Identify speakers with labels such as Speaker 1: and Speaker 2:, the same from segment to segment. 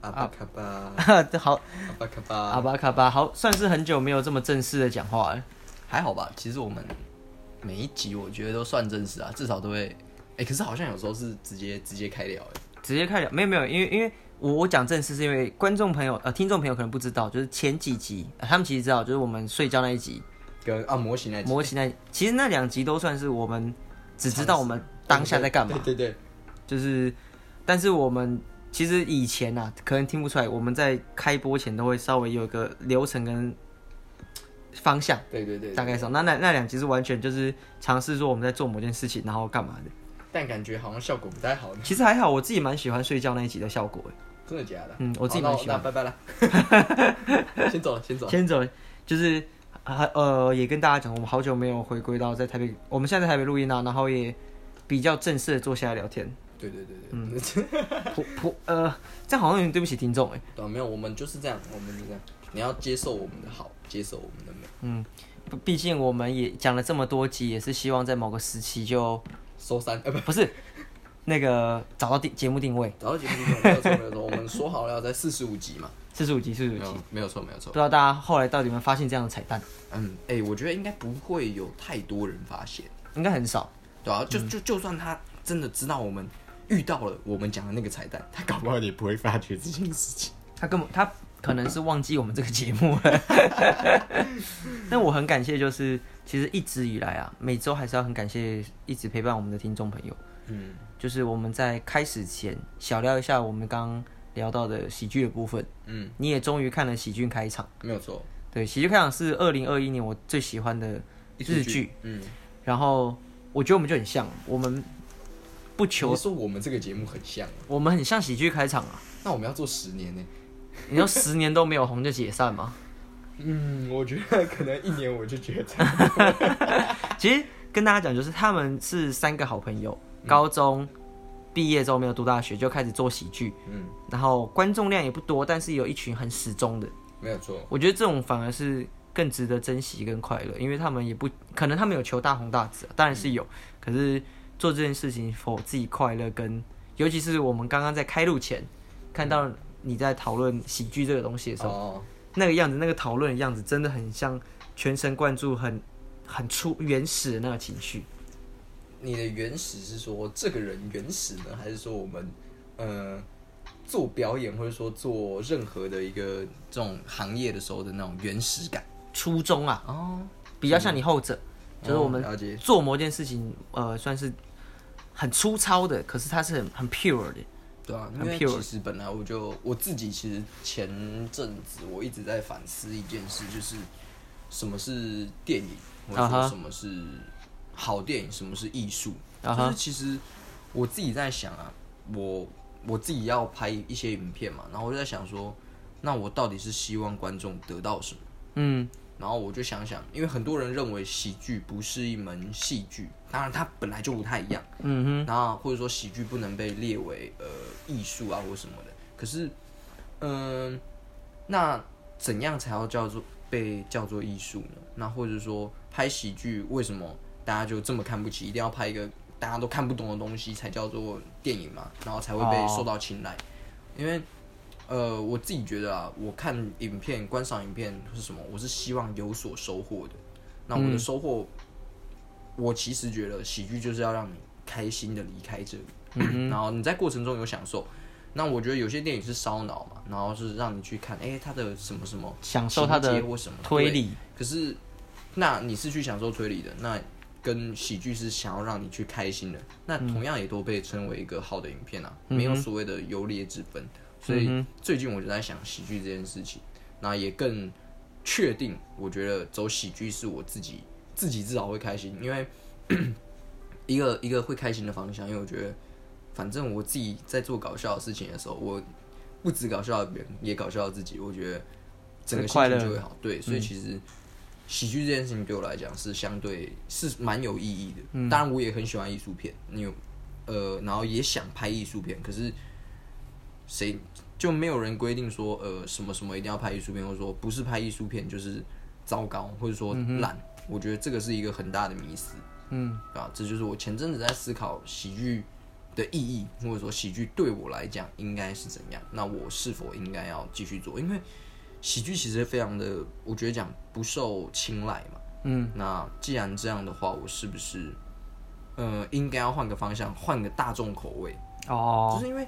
Speaker 1: 阿巴卡巴，
Speaker 2: 好，
Speaker 1: 阿巴卡
Speaker 2: 啊阿
Speaker 1: 巴，
Speaker 2: 巴卡巴，好，算是很久没有这么正式的讲话了。
Speaker 1: 还好吧？其实我们每一集我觉得都算正式啊，至少都会。哎、可是好像有时候是直接直接开聊、欸，
Speaker 2: 直接开聊，没有没有，因为因为我我讲正事是因为观众朋友呃听众朋友可能不知道，就是前几集、呃他们其实知道，就是我们睡觉那一集
Speaker 1: 跟啊模型来
Speaker 2: 模型那，其实那两集都算是我们只知道我们当下在干嘛，
Speaker 1: 对对对，
Speaker 2: 就是但是我们其实以前啊可能听不出来，我们在开播前都会稍微有一个流程跟方向。
Speaker 1: 对对对，
Speaker 2: 大概上那那那两集是完全就是尝试说我们在做某件事情，然后干嘛的。
Speaker 1: 但感觉好像效果不太好，
Speaker 2: 其实还好，我自己蛮喜欢睡觉那一集的效果。
Speaker 1: 真的假的？
Speaker 2: 嗯我自己
Speaker 1: 好
Speaker 2: 蛮
Speaker 1: 那
Speaker 2: 喜欢
Speaker 1: 那拜拜了， 先走了，先走了。
Speaker 2: 先走，就是还呃也跟大家讲，我们好久没有回归到在台北，我们现在在台北录音啊，然后也比较正式的坐下来聊天。
Speaker 1: 对对对对，嗯，
Speaker 2: 普普呃，这样好像有点对不起听众哎。
Speaker 1: 对啊，没有，我们就是这样，我们就这样。你要接受我们的好，接受我们的美，
Speaker 2: 嗯，毕毕竟我们也讲了这么多集，也是希望在某个时期就
Speaker 1: 收山，呃，不，
Speaker 2: 不是那个找到定节目定位，
Speaker 1: 然后节目没有错没有错，我们说好了要在四十五集嘛，
Speaker 2: 四十五集四十五
Speaker 1: 没
Speaker 2: 集
Speaker 1: 有，没有错没有错
Speaker 2: 不。知道大家后来到底有没有发现这样的彩蛋，
Speaker 1: 嗯，哎、我觉得应该不会有太多人发现，
Speaker 2: 应该很少。
Speaker 1: 对啊，就就就算他真的知道我们遇到了我们讲的那个彩蛋，他搞不好也不会发觉这件事情。
Speaker 2: 他根本他可能是忘记我们这个节目 了。但我很感谢，就是其实一直以来啊，每周还是要很感谢一直陪伴我们的听众朋友。
Speaker 1: 嗯，
Speaker 2: 就是我们在开始前小聊一下我们刚聊到的喜剧的部分，
Speaker 1: 嗯，
Speaker 2: 你也终于看了喜剧开场。
Speaker 1: 没有错，
Speaker 2: 对，喜剧开场是二零二一年我最喜欢的日剧，，
Speaker 1: 嗯，
Speaker 2: 然后我觉得我们就很像，我们不
Speaker 1: 求
Speaker 2: 求，
Speaker 1: 说我们这个节目很像，哦
Speaker 2: 我们很像喜剧开场啊。
Speaker 1: 那我们要做十年呢、
Speaker 2: 你说十年都没有红就解散吗？
Speaker 1: 嗯，我觉得可能一年我就觉得，
Speaker 2: 其实跟大家讲，就是他们是三个好朋友，高中毕业之后没有读大学，就开始做喜剧，
Speaker 1: 嗯，
Speaker 2: 然后观众量也不多，但是有一群很始终的。
Speaker 1: 没有错，
Speaker 2: 我觉得这种反而是更值得珍惜跟快乐，因为他们也不可能他们有求大红大紫啊、当然是有，可是做这件事情否自己快乐跟，尤其是我们刚刚在开录前看到你在讨论喜剧这个东西的时候，
Speaker 1: 哦，
Speaker 2: 那个样子，那个讨论的样子，真的很像全神贯注很很初原始的那个情绪。
Speaker 1: 你的原始是说这个人原始呢，还是说我们呃做表演或者说做任何的一个这种行业的时候的那种原始感？
Speaker 2: 初衷啊，
Speaker 1: 哦，
Speaker 2: 比较像你后者，就是我们
Speaker 1: 了解
Speaker 2: 做某件事情，呃，算是很粗糙的，可是它是很很 pure 的。
Speaker 1: 对啊，因
Speaker 2: 很哦
Speaker 1: 为
Speaker 2: pure
Speaker 1: 其实本来我就我自己其实前阵子我一直在反思一件事，就是什么是电影，或者
Speaker 2: 啊哈
Speaker 1: 说什么是好电影，什么是艺术。
Speaker 2: 啊哈
Speaker 1: 就是其实我自己在想啊，我我自己要拍一些影片嘛，然后我就在想说，那我到底是希望观众得到什么？
Speaker 2: 嗯，
Speaker 1: 然后我就想想，因为很多人认为喜剧不是一门戏剧，当然它本来就不太一样。
Speaker 2: 嗯
Speaker 1: 那或者说喜剧不能被列为呃艺术啊或什么的。可是，嗯、那怎样才要叫做被叫做艺术呢？那或者说拍喜剧为什么大家就这么看不起？一定要拍一个大家都看不懂的东西才叫做电影嘛？然后才会被
Speaker 2: 哦
Speaker 1: 受到青睐。因为呃，我自己觉得啊，我看影片、观赏影片是什么，我是希望有所收获的。那
Speaker 2: 嗯
Speaker 1: 我的收获，我其实觉得喜剧就是要让你开心的离开这里，
Speaker 2: 嗯
Speaker 1: 然后你在过程中有享受。那我觉得有些电影是烧脑嘛，然后是让你去看，哎、它的什么什么
Speaker 2: 哼，享受它
Speaker 1: 情
Speaker 2: 的
Speaker 1: 节或什么
Speaker 2: 推。
Speaker 1: 对
Speaker 2: 理。
Speaker 1: 可是，那你是去享受推理的，那跟喜剧是想要让你去开心的，那同样也都被称为一个好的影片啊，没有所谓的优劣之分。所以最近我就在想喜剧这件事情，那也更确定，我觉得走喜剧是我自己自己至少会开心，因为一个一个会开心的方向，因为我觉得反正我自己在做搞笑的事情的时候，我不止搞笑别人，也搞笑自己，我觉得整个心
Speaker 2: 是快乐
Speaker 1: 情就会好。对，所以其实喜剧这件事情对我来讲是相对是蛮有意义的。嗯当然，我也很喜欢艺术片，你有呃，然后也想拍艺术片，可是谁就没有人规定说呃什么什么一定要拍艺术片，或者说不是拍艺术片就是糟糕，或者说烂。我觉得这个是一个很大的迷思。
Speaker 2: 嗯，
Speaker 1: 啊，这就是我前阵子在思考喜剧的意义，或者说喜剧对我来讲应该是怎样，那我是否应该要继续做？因为喜剧其实非常的，我觉得讲不受青睐嘛。
Speaker 2: 嗯，
Speaker 1: 那既然这样的话，我是不是呃应该要换个方向，换个大众口味？就
Speaker 2: 哦，
Speaker 1: 是因为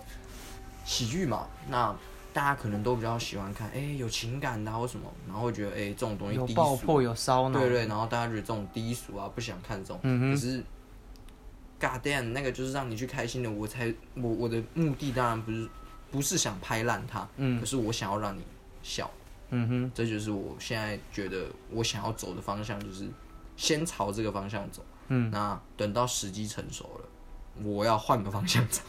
Speaker 1: 喜剧嘛，那大家可能都比较喜欢看，哎、有情感的、啊、或什么，然后会觉得哎、这种东西
Speaker 2: 有
Speaker 1: 低
Speaker 2: 爆
Speaker 1: 俗，
Speaker 2: 破，有烧脑，
Speaker 1: 对对，然后大家觉得这种低俗啊，不想看这种，
Speaker 2: 哦嗯哼
Speaker 1: 可是。God damn，那个就是让你去开心的，我才我我的目的当然不是不是想拍烂它，
Speaker 2: 嗯
Speaker 1: 可是我想要让你笑，
Speaker 2: 嗯哼，
Speaker 1: 这就是我现在觉得我想要走的方向，就是先朝这个方向走。
Speaker 2: 嗯，
Speaker 1: 那等到时机成熟了，我要换个方向走。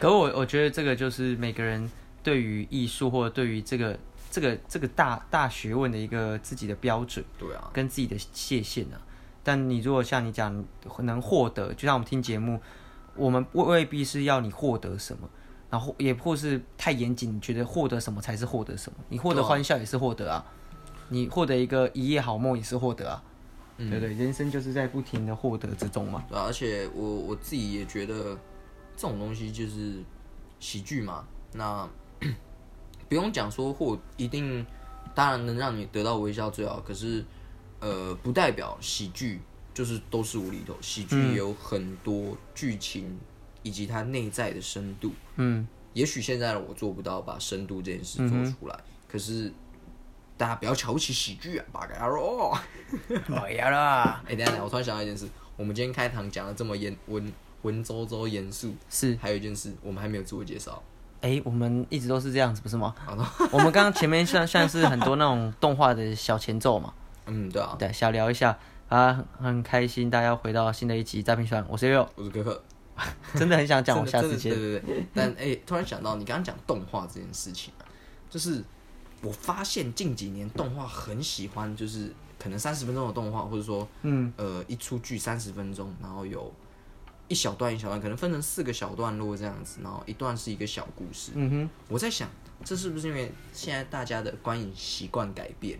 Speaker 2: 可我我觉得这个就是每个人对于艺术或者对于这个这个这个大大学问的一个自己的标准
Speaker 1: 对啊，
Speaker 2: 跟自己的界限啊。但你如果像你讲能获得，就像我们听节目，我们未未必是要你获得什么，然后也或是太严谨，你觉得获得什么才是获得什么？你获得
Speaker 1: 对啊
Speaker 2: 欢笑也是获得啊，你获得一个一夜好梦也是获得啊，对不对？人生就是在不停的获得之中嘛。
Speaker 1: 对啊而且我我自己也觉得这种东西就是喜剧嘛，那 不用讲说或一定，当然能让你得到微笑最好，可是呃，不代表喜剧就是都是无厘头，喜剧也有很多剧情以及它内在的深度。
Speaker 2: 嗯，
Speaker 1: 也许现在的我做不到把深度这件事做出来，可是大家不要瞧不起喜剧啊，八嘎哦！
Speaker 2: 哎呀啦，
Speaker 1: 哎、等一下，等一下，我突然想到一件事，我们今天开堂讲的这么严文文绉绉严肃，
Speaker 2: 是
Speaker 1: 还有一件事我们还没有自我介绍，
Speaker 2: 哎、我们一直都是这样子，不是吗
Speaker 1: 好的？
Speaker 2: 我们刚刚前面像像是很多那种动画的小前奏嘛，
Speaker 1: 嗯，对啊，
Speaker 2: 对，小聊一下啊，很很开心，大家回到新的一集诈骗圈，我是六，
Speaker 1: 我是可可，
Speaker 2: 真的很想讲，我
Speaker 1: 真
Speaker 2: 下
Speaker 1: 的真
Speaker 2: 次
Speaker 1: 的
Speaker 2: 见。
Speaker 1: 对对对，但哎、突然想到你刚刚讲动画这件事情啊，就是我发现近几年动画很喜欢，就是可能三十分钟的动画，或者说
Speaker 2: 嗯，
Speaker 1: 呃一出剧三十分钟，然后有一小段一小段，可能分成四个小段落这样子，然后一段是一个小故事。
Speaker 2: 嗯哼，
Speaker 1: 我在想，这是不是因为现在大家的观影习惯改变，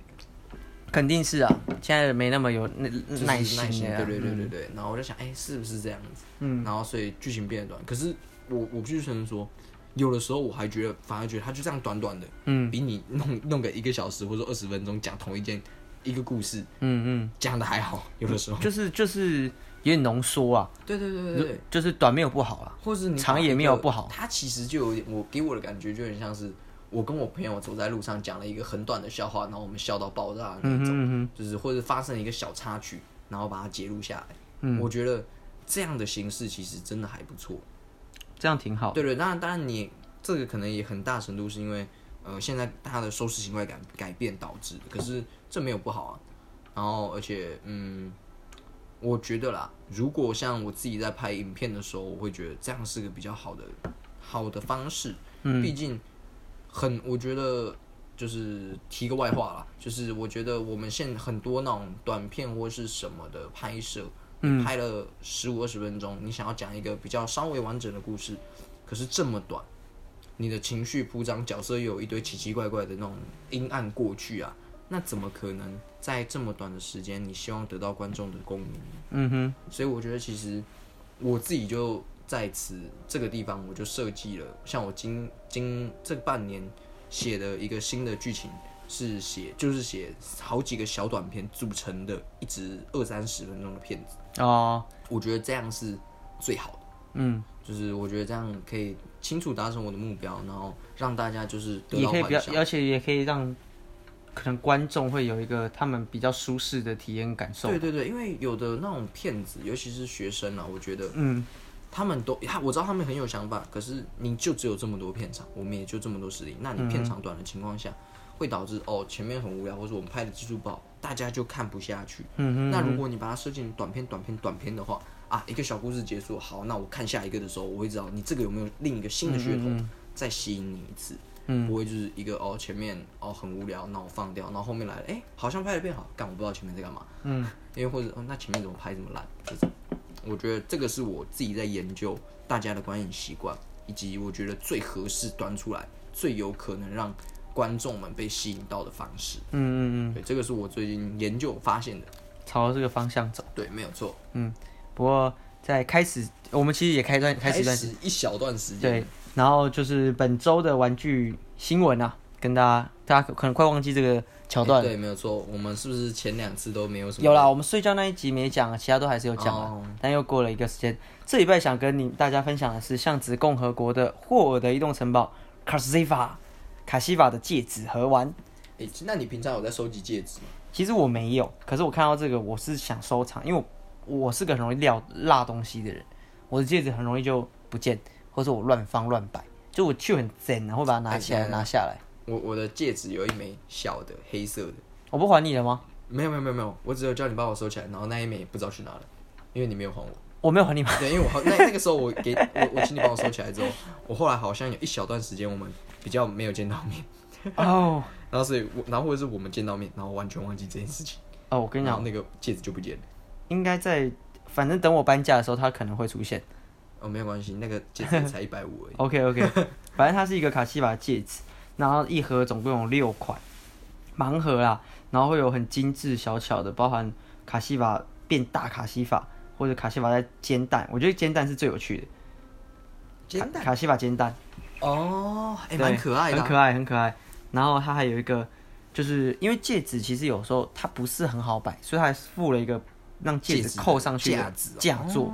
Speaker 2: 肯定是啊，现在没那么有耐
Speaker 1: 就是
Speaker 2: 嗯耐
Speaker 1: 耐
Speaker 2: 心了啊
Speaker 1: 对对对对对。然后我就想，哎、是不是这样子？
Speaker 2: 嗯，
Speaker 1: 然后所以剧情变得短，可是我我必须承认说。有的时候我还觉得，反而觉得它就这样短短的，
Speaker 2: 嗯
Speaker 1: 比你弄弄个一个小时或者二十分钟讲同一件一个故事
Speaker 2: 嗯
Speaker 1: 讲的还好。有的时候
Speaker 2: 嗯，，就是就是有点浓缩啊，
Speaker 1: 对对对对对，
Speaker 2: 就是短没有不好啊，
Speaker 1: 或是你
Speaker 2: 长
Speaker 1: 把
Speaker 2: 也
Speaker 1: 一
Speaker 2: 没有
Speaker 1: 个
Speaker 2: 不好
Speaker 1: 它其实就有点，我给我的感觉就很像是我跟我朋友走在路上讲了一个很短的笑话，然后我们笑到爆炸的那
Speaker 2: 嗯
Speaker 1: 种，
Speaker 2: 哼嗯哼，
Speaker 1: 就是或者发生了一个小插曲，然后把它截录下来。我觉得这样的形式其实真的还不错。
Speaker 2: 这样挺好。
Speaker 1: 对对，当然当然你这个可能也很大程度是因为呃现在大家的收视行为改改变导致的，可是这没有不好啊。然后而且嗯，我觉得啦，如果像我自己在拍影片的时候，我会觉得这样是个比较好的好的方式。
Speaker 2: 嗯
Speaker 1: 毕竟很我觉得。就是提个外话啦，就是我觉得我们现很多那种短片或是什么的拍摄，
Speaker 2: 嗯
Speaker 1: 拍了十五二十分钟，你想要讲一个比较稍微完整的故事，可是这么短，你的情绪铺张，角色又有一堆奇奇怪怪的那种阴暗过去啊，那怎么可能在这么短的时间，你希望得到观众的共鸣？
Speaker 2: 嗯哼，
Speaker 1: 所以我觉得其实我自己就在此这个地方，我就设计了，像我今今这半年写的一个新的剧情。是写就是写好几个小短片组成的，一直二三十分钟的片子。
Speaker 2: 哦，
Speaker 1: 我觉得这样是最好的，
Speaker 2: 嗯，
Speaker 1: 就是我觉得这样可以清楚达成我的目标，然后让大家就是得
Speaker 2: 也
Speaker 1: 到
Speaker 2: 可以
Speaker 1: 欢
Speaker 2: 比较，
Speaker 1: 笑。
Speaker 2: 而且也可以让可能观众会有一个他们比较舒适的体验感受。
Speaker 1: 对对对，因为有的那种骗子，尤其是学生啊，我觉得
Speaker 2: 嗯
Speaker 1: 他们都，他我知道他们很有想法，可是你就只有这么多片场，我们也就这么多实力，那你片场短的情况下，会导致哦前面很无聊，或者我们拍的技术不好，大家就看不下去。
Speaker 2: 嗯哼，
Speaker 1: 那如果你把它设计成短片、短片、短片的话，啊，一个小故事结束，好，那我看下一个的时候，我会知道你这个有没有另一个新的噱头，再吸引你一次，
Speaker 2: 嗯
Speaker 1: 不会就是一个哦前面哦很无聊，那我放掉，然后后面来了，哎、好像拍的变好，但我不知道前面在干嘛，
Speaker 2: 嗯，
Speaker 1: 因为或者哦那前面怎么拍这么烂，这种，我觉得这个是我自己在研究大家的观影习惯，以及我觉得最合适端出来，最有可能让观众们被吸引到的方式。
Speaker 2: 嗯嗯
Speaker 1: 对，这个是我最近研究发现的，
Speaker 2: 嗯，朝这个方向走。
Speaker 1: 对，没有错。
Speaker 2: 不过在开始，我们其实也开段开
Speaker 1: 开
Speaker 2: 始一段时
Speaker 1: 始一小段时间，
Speaker 2: 对，然后就是本周的玩具新闻啊，跟大家大家可可能快忘记这个桥段
Speaker 1: 哎
Speaker 2: 了。
Speaker 1: 对，没有错。我们是不是前两次都没有什么？
Speaker 2: 有啦，我们睡觉那一集没讲，其他都还是有讲的、
Speaker 1: 哦
Speaker 2: 但又过了一个时间，这礼拜想跟你大家分享的是橡子共和国的霍尔的移动城堡卡西法卡西法的戒指和玩。
Speaker 1: 哎、那你平常有在收集戒指吗？
Speaker 2: 其实我没有，可是我看到这个，我是想收藏，因为我我是个很容易撂落东西的人，我的戒指很容易就不见，或者我乱放乱摆，就我去很真，然后把它拿起来、
Speaker 1: 哎
Speaker 2: 拿下来。
Speaker 1: 我我的戒指有一枚小的黑色的，
Speaker 2: 我不还你了吗？
Speaker 1: 没有没有没有没有，我只有叫你帮我收起来，然后那一枚也不知道去哪了，因为你没有还我。
Speaker 2: 我没有还你吗？
Speaker 1: 对，因为我好那那个时候我给我我请你帮我收起来之后，我后来好像有一小段时间我们比较没有见到面，
Speaker 2: 哦
Speaker 1: 然后所以我然后或者是我们见到面，然后完全忘记这件事情，
Speaker 2: 哦，我跟你
Speaker 1: 然
Speaker 2: 讲
Speaker 1: 后，那个戒指就不见了。
Speaker 2: 应该在，反正等我搬家的时候，它可能会出现。
Speaker 1: 哦，没有关系，那个戒指也才一百五 而已。
Speaker 2: OK OK，反正它是一个卡西法戒指，然后一盒总共有六款，盲盒啦，然后会有很精致小巧的，包含卡西法变大卡西法，或者卡西法在煎蛋，我觉得煎蛋是最有趣的。
Speaker 1: 煎
Speaker 2: 蛋卡西法煎蛋，
Speaker 1: 哦，哎、
Speaker 2: 对
Speaker 1: 蛮可爱的
Speaker 2: 很
Speaker 1: 啊、
Speaker 2: 可爱，很可爱。然后它还有一个，就是因为戒指其实有时候它不是很好摆，所以它还附了一个让戒
Speaker 1: 戒
Speaker 2: 指
Speaker 1: 指的
Speaker 2: 扣上去的
Speaker 1: 架子哦
Speaker 2: 架座。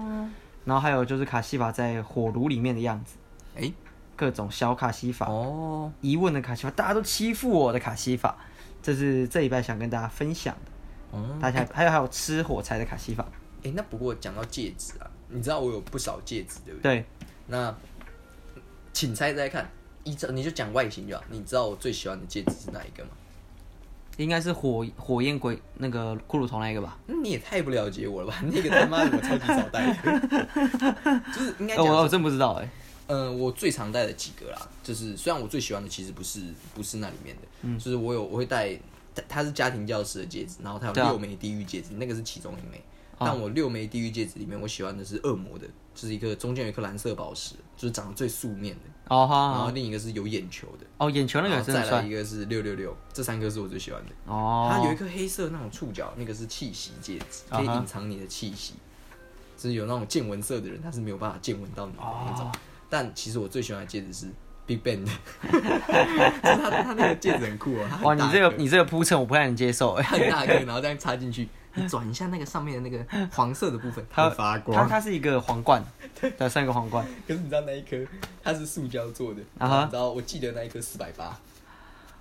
Speaker 2: 然后还有就是卡西法在火炉里面的样子，
Speaker 1: 哎
Speaker 2: 各种小卡西法。
Speaker 1: 哦，
Speaker 2: 疑问的卡西法，大家都欺负我的卡西法，这是这一拜想跟大家分享的。
Speaker 1: 哦，
Speaker 2: 大家还有还有吃火柴的卡西法，
Speaker 1: 哎、那不过讲到戒指啊，你知道我有不少戒指，对不对？
Speaker 2: 对，
Speaker 1: 那请猜猜看，依照你就讲外形就好。你知道我最喜欢的戒指是哪一个吗？
Speaker 2: 应该是火火焰鬼那个骷髅头那一个吧？
Speaker 1: 嗯你也太不了解我了吧？ 那个他妈的我超级少戴的， 就是应该
Speaker 2: 呃
Speaker 1: 讲
Speaker 2: 我我
Speaker 1: 说，
Speaker 2: 真不知道哎、
Speaker 1: 呃，我最常戴的几个啦，就是虽然我最喜欢的其实不是不是那里面的，
Speaker 2: 嗯
Speaker 1: 就是我有我会戴，它它是家庭教师的戒指，然后它有
Speaker 2: 对啊
Speaker 1: 六枚地狱戒指，那个是其中一枚。但我六枚地狱戒指里面，我喜欢的是恶魔的，就是一个中间有一颗蓝色宝石，就是长得最素面的，
Speaker 2: 哦
Speaker 1: 然后
Speaker 2: 哈，
Speaker 1: 另一个是有眼球的，
Speaker 2: 哦眼球那
Speaker 1: 然
Speaker 2: 个
Speaker 1: 后
Speaker 2: 真的
Speaker 1: 再来
Speaker 2: 帅
Speaker 1: 一个是六六六，这三个是我最喜欢的。它有一
Speaker 2: 哦，
Speaker 1: 颗黑色那种触角，那个是气息戒指，
Speaker 2: 啊
Speaker 1: 可
Speaker 2: 哈
Speaker 1: 以隐藏你的气息。就是有那种见闻色的人，他是没有办法见闻到你的那
Speaker 2: 啊
Speaker 1: 种。但其实我最喜欢的戒指是 Big Bang 的，就是他他那个戒指很酷哦，它
Speaker 2: 哇
Speaker 1: 很
Speaker 2: 你
Speaker 1: 大
Speaker 2: 这个
Speaker 1: 一颗
Speaker 2: 你这个铺陈我不太能接受哎、
Speaker 1: 它很大一颗，然后这样插进去，你转一下那个上面的那个黄色的部分，
Speaker 2: 它
Speaker 1: 会发
Speaker 2: 它
Speaker 1: 光。
Speaker 2: 它是一个皇冠，对，算一个皇冠，
Speaker 1: 可是你知道那一颗它是塑胶做的，
Speaker 2: 啊
Speaker 1: 然
Speaker 2: 哈
Speaker 1: 后你知道我记得那一颗四百八，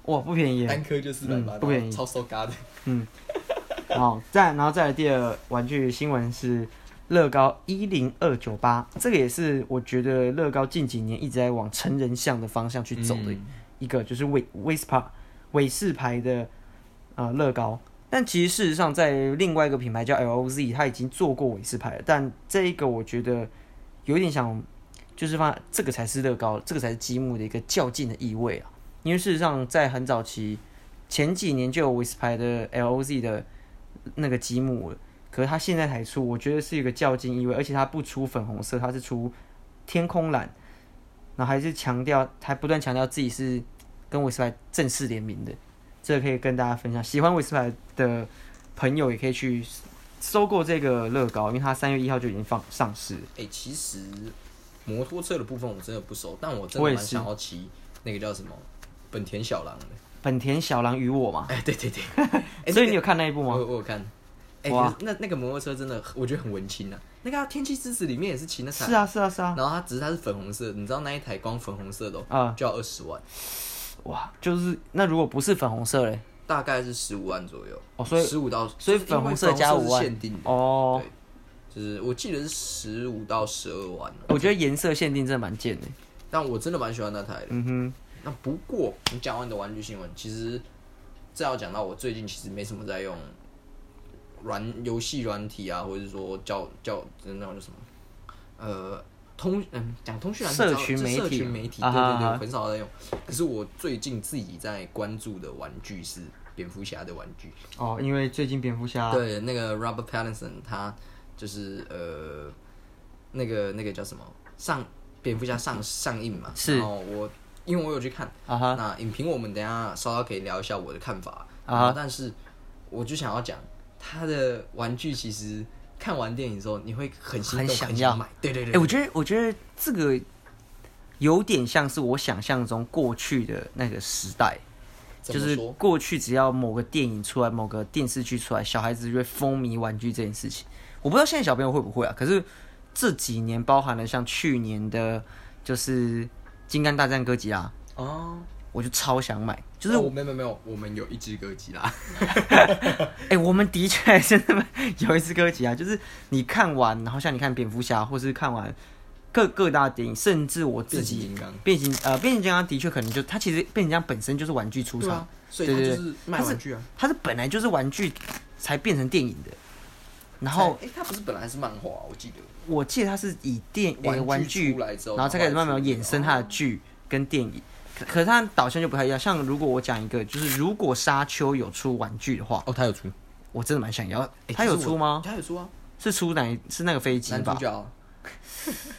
Speaker 2: 哇不便宜耶，
Speaker 1: 单颗就四百八，
Speaker 2: 嗯不便宜
Speaker 1: 然后超收嘎的。
Speaker 2: 好，哦再然后再来第二玩具新闻是乐高一零二九八，这个也是我觉得乐高近几年一直在往成人向的方向去走的
Speaker 1: 嗯
Speaker 2: 一个，就是韦韦斯帕韦氏牌的呃乐高。但其实事实上，在另外一个品牌叫 LOZ，它已经做过韦氏牌了，但这一个我觉得有点想，就是放这个才是乐高，这个才是积木的一个较劲的意味啊。因为事实上，在很早期前几年就有韦斯牌的 LOZ 的那个积木了，可是它现在才出，我觉得是一个较劲意味，而且它不出粉红色，它是出天空蓝，然后还是强调，还不断强调自己是跟韦斯牌正式联名的，这个可以跟大家分享。喜欢韦斯牌的朋友也可以去收购这个乐高，因为它三月一号就已经放上市了。
Speaker 1: 哎、其实摩托车的部分我真的不熟，但我真
Speaker 2: 我
Speaker 1: 的
Speaker 2: 也
Speaker 1: 蛮
Speaker 2: 是
Speaker 1: 想要骑那个叫什么本田小狼的。
Speaker 2: 本田小狼与我嘛，
Speaker 1: 哎、对对对，哎那
Speaker 2: 所以
Speaker 1: 个
Speaker 2: 你有看那一部
Speaker 1: 我
Speaker 2: 吗？
Speaker 1: 有我有看。哎、可
Speaker 2: 哇
Speaker 1: 是那那个摩托车真的很，我觉得很文青啊。那个啊、天气之子》里面也是骑那台，
Speaker 2: 是啊，是啊，是啊，
Speaker 1: 然后它只是它是粉红色，你知道那一台光粉红色的、哦
Speaker 2: 啊
Speaker 1: 就要二十万，
Speaker 2: 哇，就是那如果不是粉红色嘞，
Speaker 1: 大概是十五万左右。
Speaker 2: 哦所以
Speaker 1: 十五到，
Speaker 2: 所以
Speaker 1: 就是因为
Speaker 2: 粉红色加
Speaker 1: 粉红
Speaker 2: 5
Speaker 1: 是
Speaker 2: 万
Speaker 1: 限定的，
Speaker 2: 哦，
Speaker 1: 就是我记得是十五到十二万啊。
Speaker 2: 我觉得颜色限定真的蛮贱的。
Speaker 1: 但我真的蛮喜欢那台的。
Speaker 2: 嗯哼，
Speaker 1: 那不过你讲完你的玩具新闻，其实这要讲到我最近其实没什么在用软游戏软体啊，或者是说叫叫那种叫什么呃通嗯讲通讯软体
Speaker 2: 社群媒体
Speaker 1: 社群媒体
Speaker 2: 啊
Speaker 1: 对对对，
Speaker 2: 啊啊
Speaker 1: 我很少在用。可是我最近自己在关注的玩具是蝙蝠侠的玩具，
Speaker 2: 哦，因为最近蝙蝠侠
Speaker 1: 对那个 Robert Pattinson 他就是呃那个那个叫什么上蝙蝠侠上上映嘛，
Speaker 2: 是
Speaker 1: 然后我因为我有去看。
Speaker 2: 啊哈，
Speaker 1: 那影评我们等一下稍稍可以聊一下我的看法
Speaker 2: 啊
Speaker 1: 然后但是我就想要讲他的玩具其实看完电影之后，你会很心动，
Speaker 2: 很
Speaker 1: 很
Speaker 2: 想要
Speaker 1: 想买。对对对，
Speaker 2: 哎、我觉得，我觉得这个有点像是我想象中过去的那个时代，
Speaker 1: 怎
Speaker 2: 就
Speaker 1: 么
Speaker 2: 是
Speaker 1: 说
Speaker 2: 过去只要某个电影出来、某个电视剧出来，小孩子就会风靡玩具这件事情。我不知道现在小朋友会不会啊，可是这几年包含了像去年的，就是《金刚大战哥吉拉》，
Speaker 1: 哦，
Speaker 2: 我就超想买。就是
Speaker 1: 哦
Speaker 2: 我，
Speaker 1: 没有没有没有，我们有一只哥吉拉，
Speaker 2: 哎、我们的确真的有一次哥吉拉，就是你看完，然后像你看蝙蝠侠，或是看完各各大电影，甚至我 自
Speaker 1: 变形
Speaker 2: 己
Speaker 1: 金刚。
Speaker 2: 变形呃，变形金刚的确可能就它其实变形金刚本身就是玩具出
Speaker 1: 对
Speaker 2: 厂，
Speaker 1: 啊，所以它
Speaker 2: 对对
Speaker 1: 就
Speaker 2: 对
Speaker 1: 是卖玩具啊。
Speaker 2: 它是本来就是玩具才变成电影的。然后
Speaker 1: 哎，它不是本来是漫画，我记得。
Speaker 2: 我记得它是以电呃玩
Speaker 1: 玩
Speaker 2: 具
Speaker 1: 具出来之后
Speaker 2: 然后才开始慢慢
Speaker 1: 然后
Speaker 2: 衍生它的
Speaker 1: 哦
Speaker 2: 剧跟电影。可可是它导向就不太一样，像如果我讲一个，就是如果沙丘有出玩具的话，
Speaker 1: 哦，它有出，
Speaker 2: 我真的蛮想要。
Speaker 1: 诶
Speaker 2: 它有出吗？
Speaker 1: 它有出啊，
Speaker 2: 是出哪？是那个飞机
Speaker 1: 男主
Speaker 2: 吧？
Speaker 1: 角啊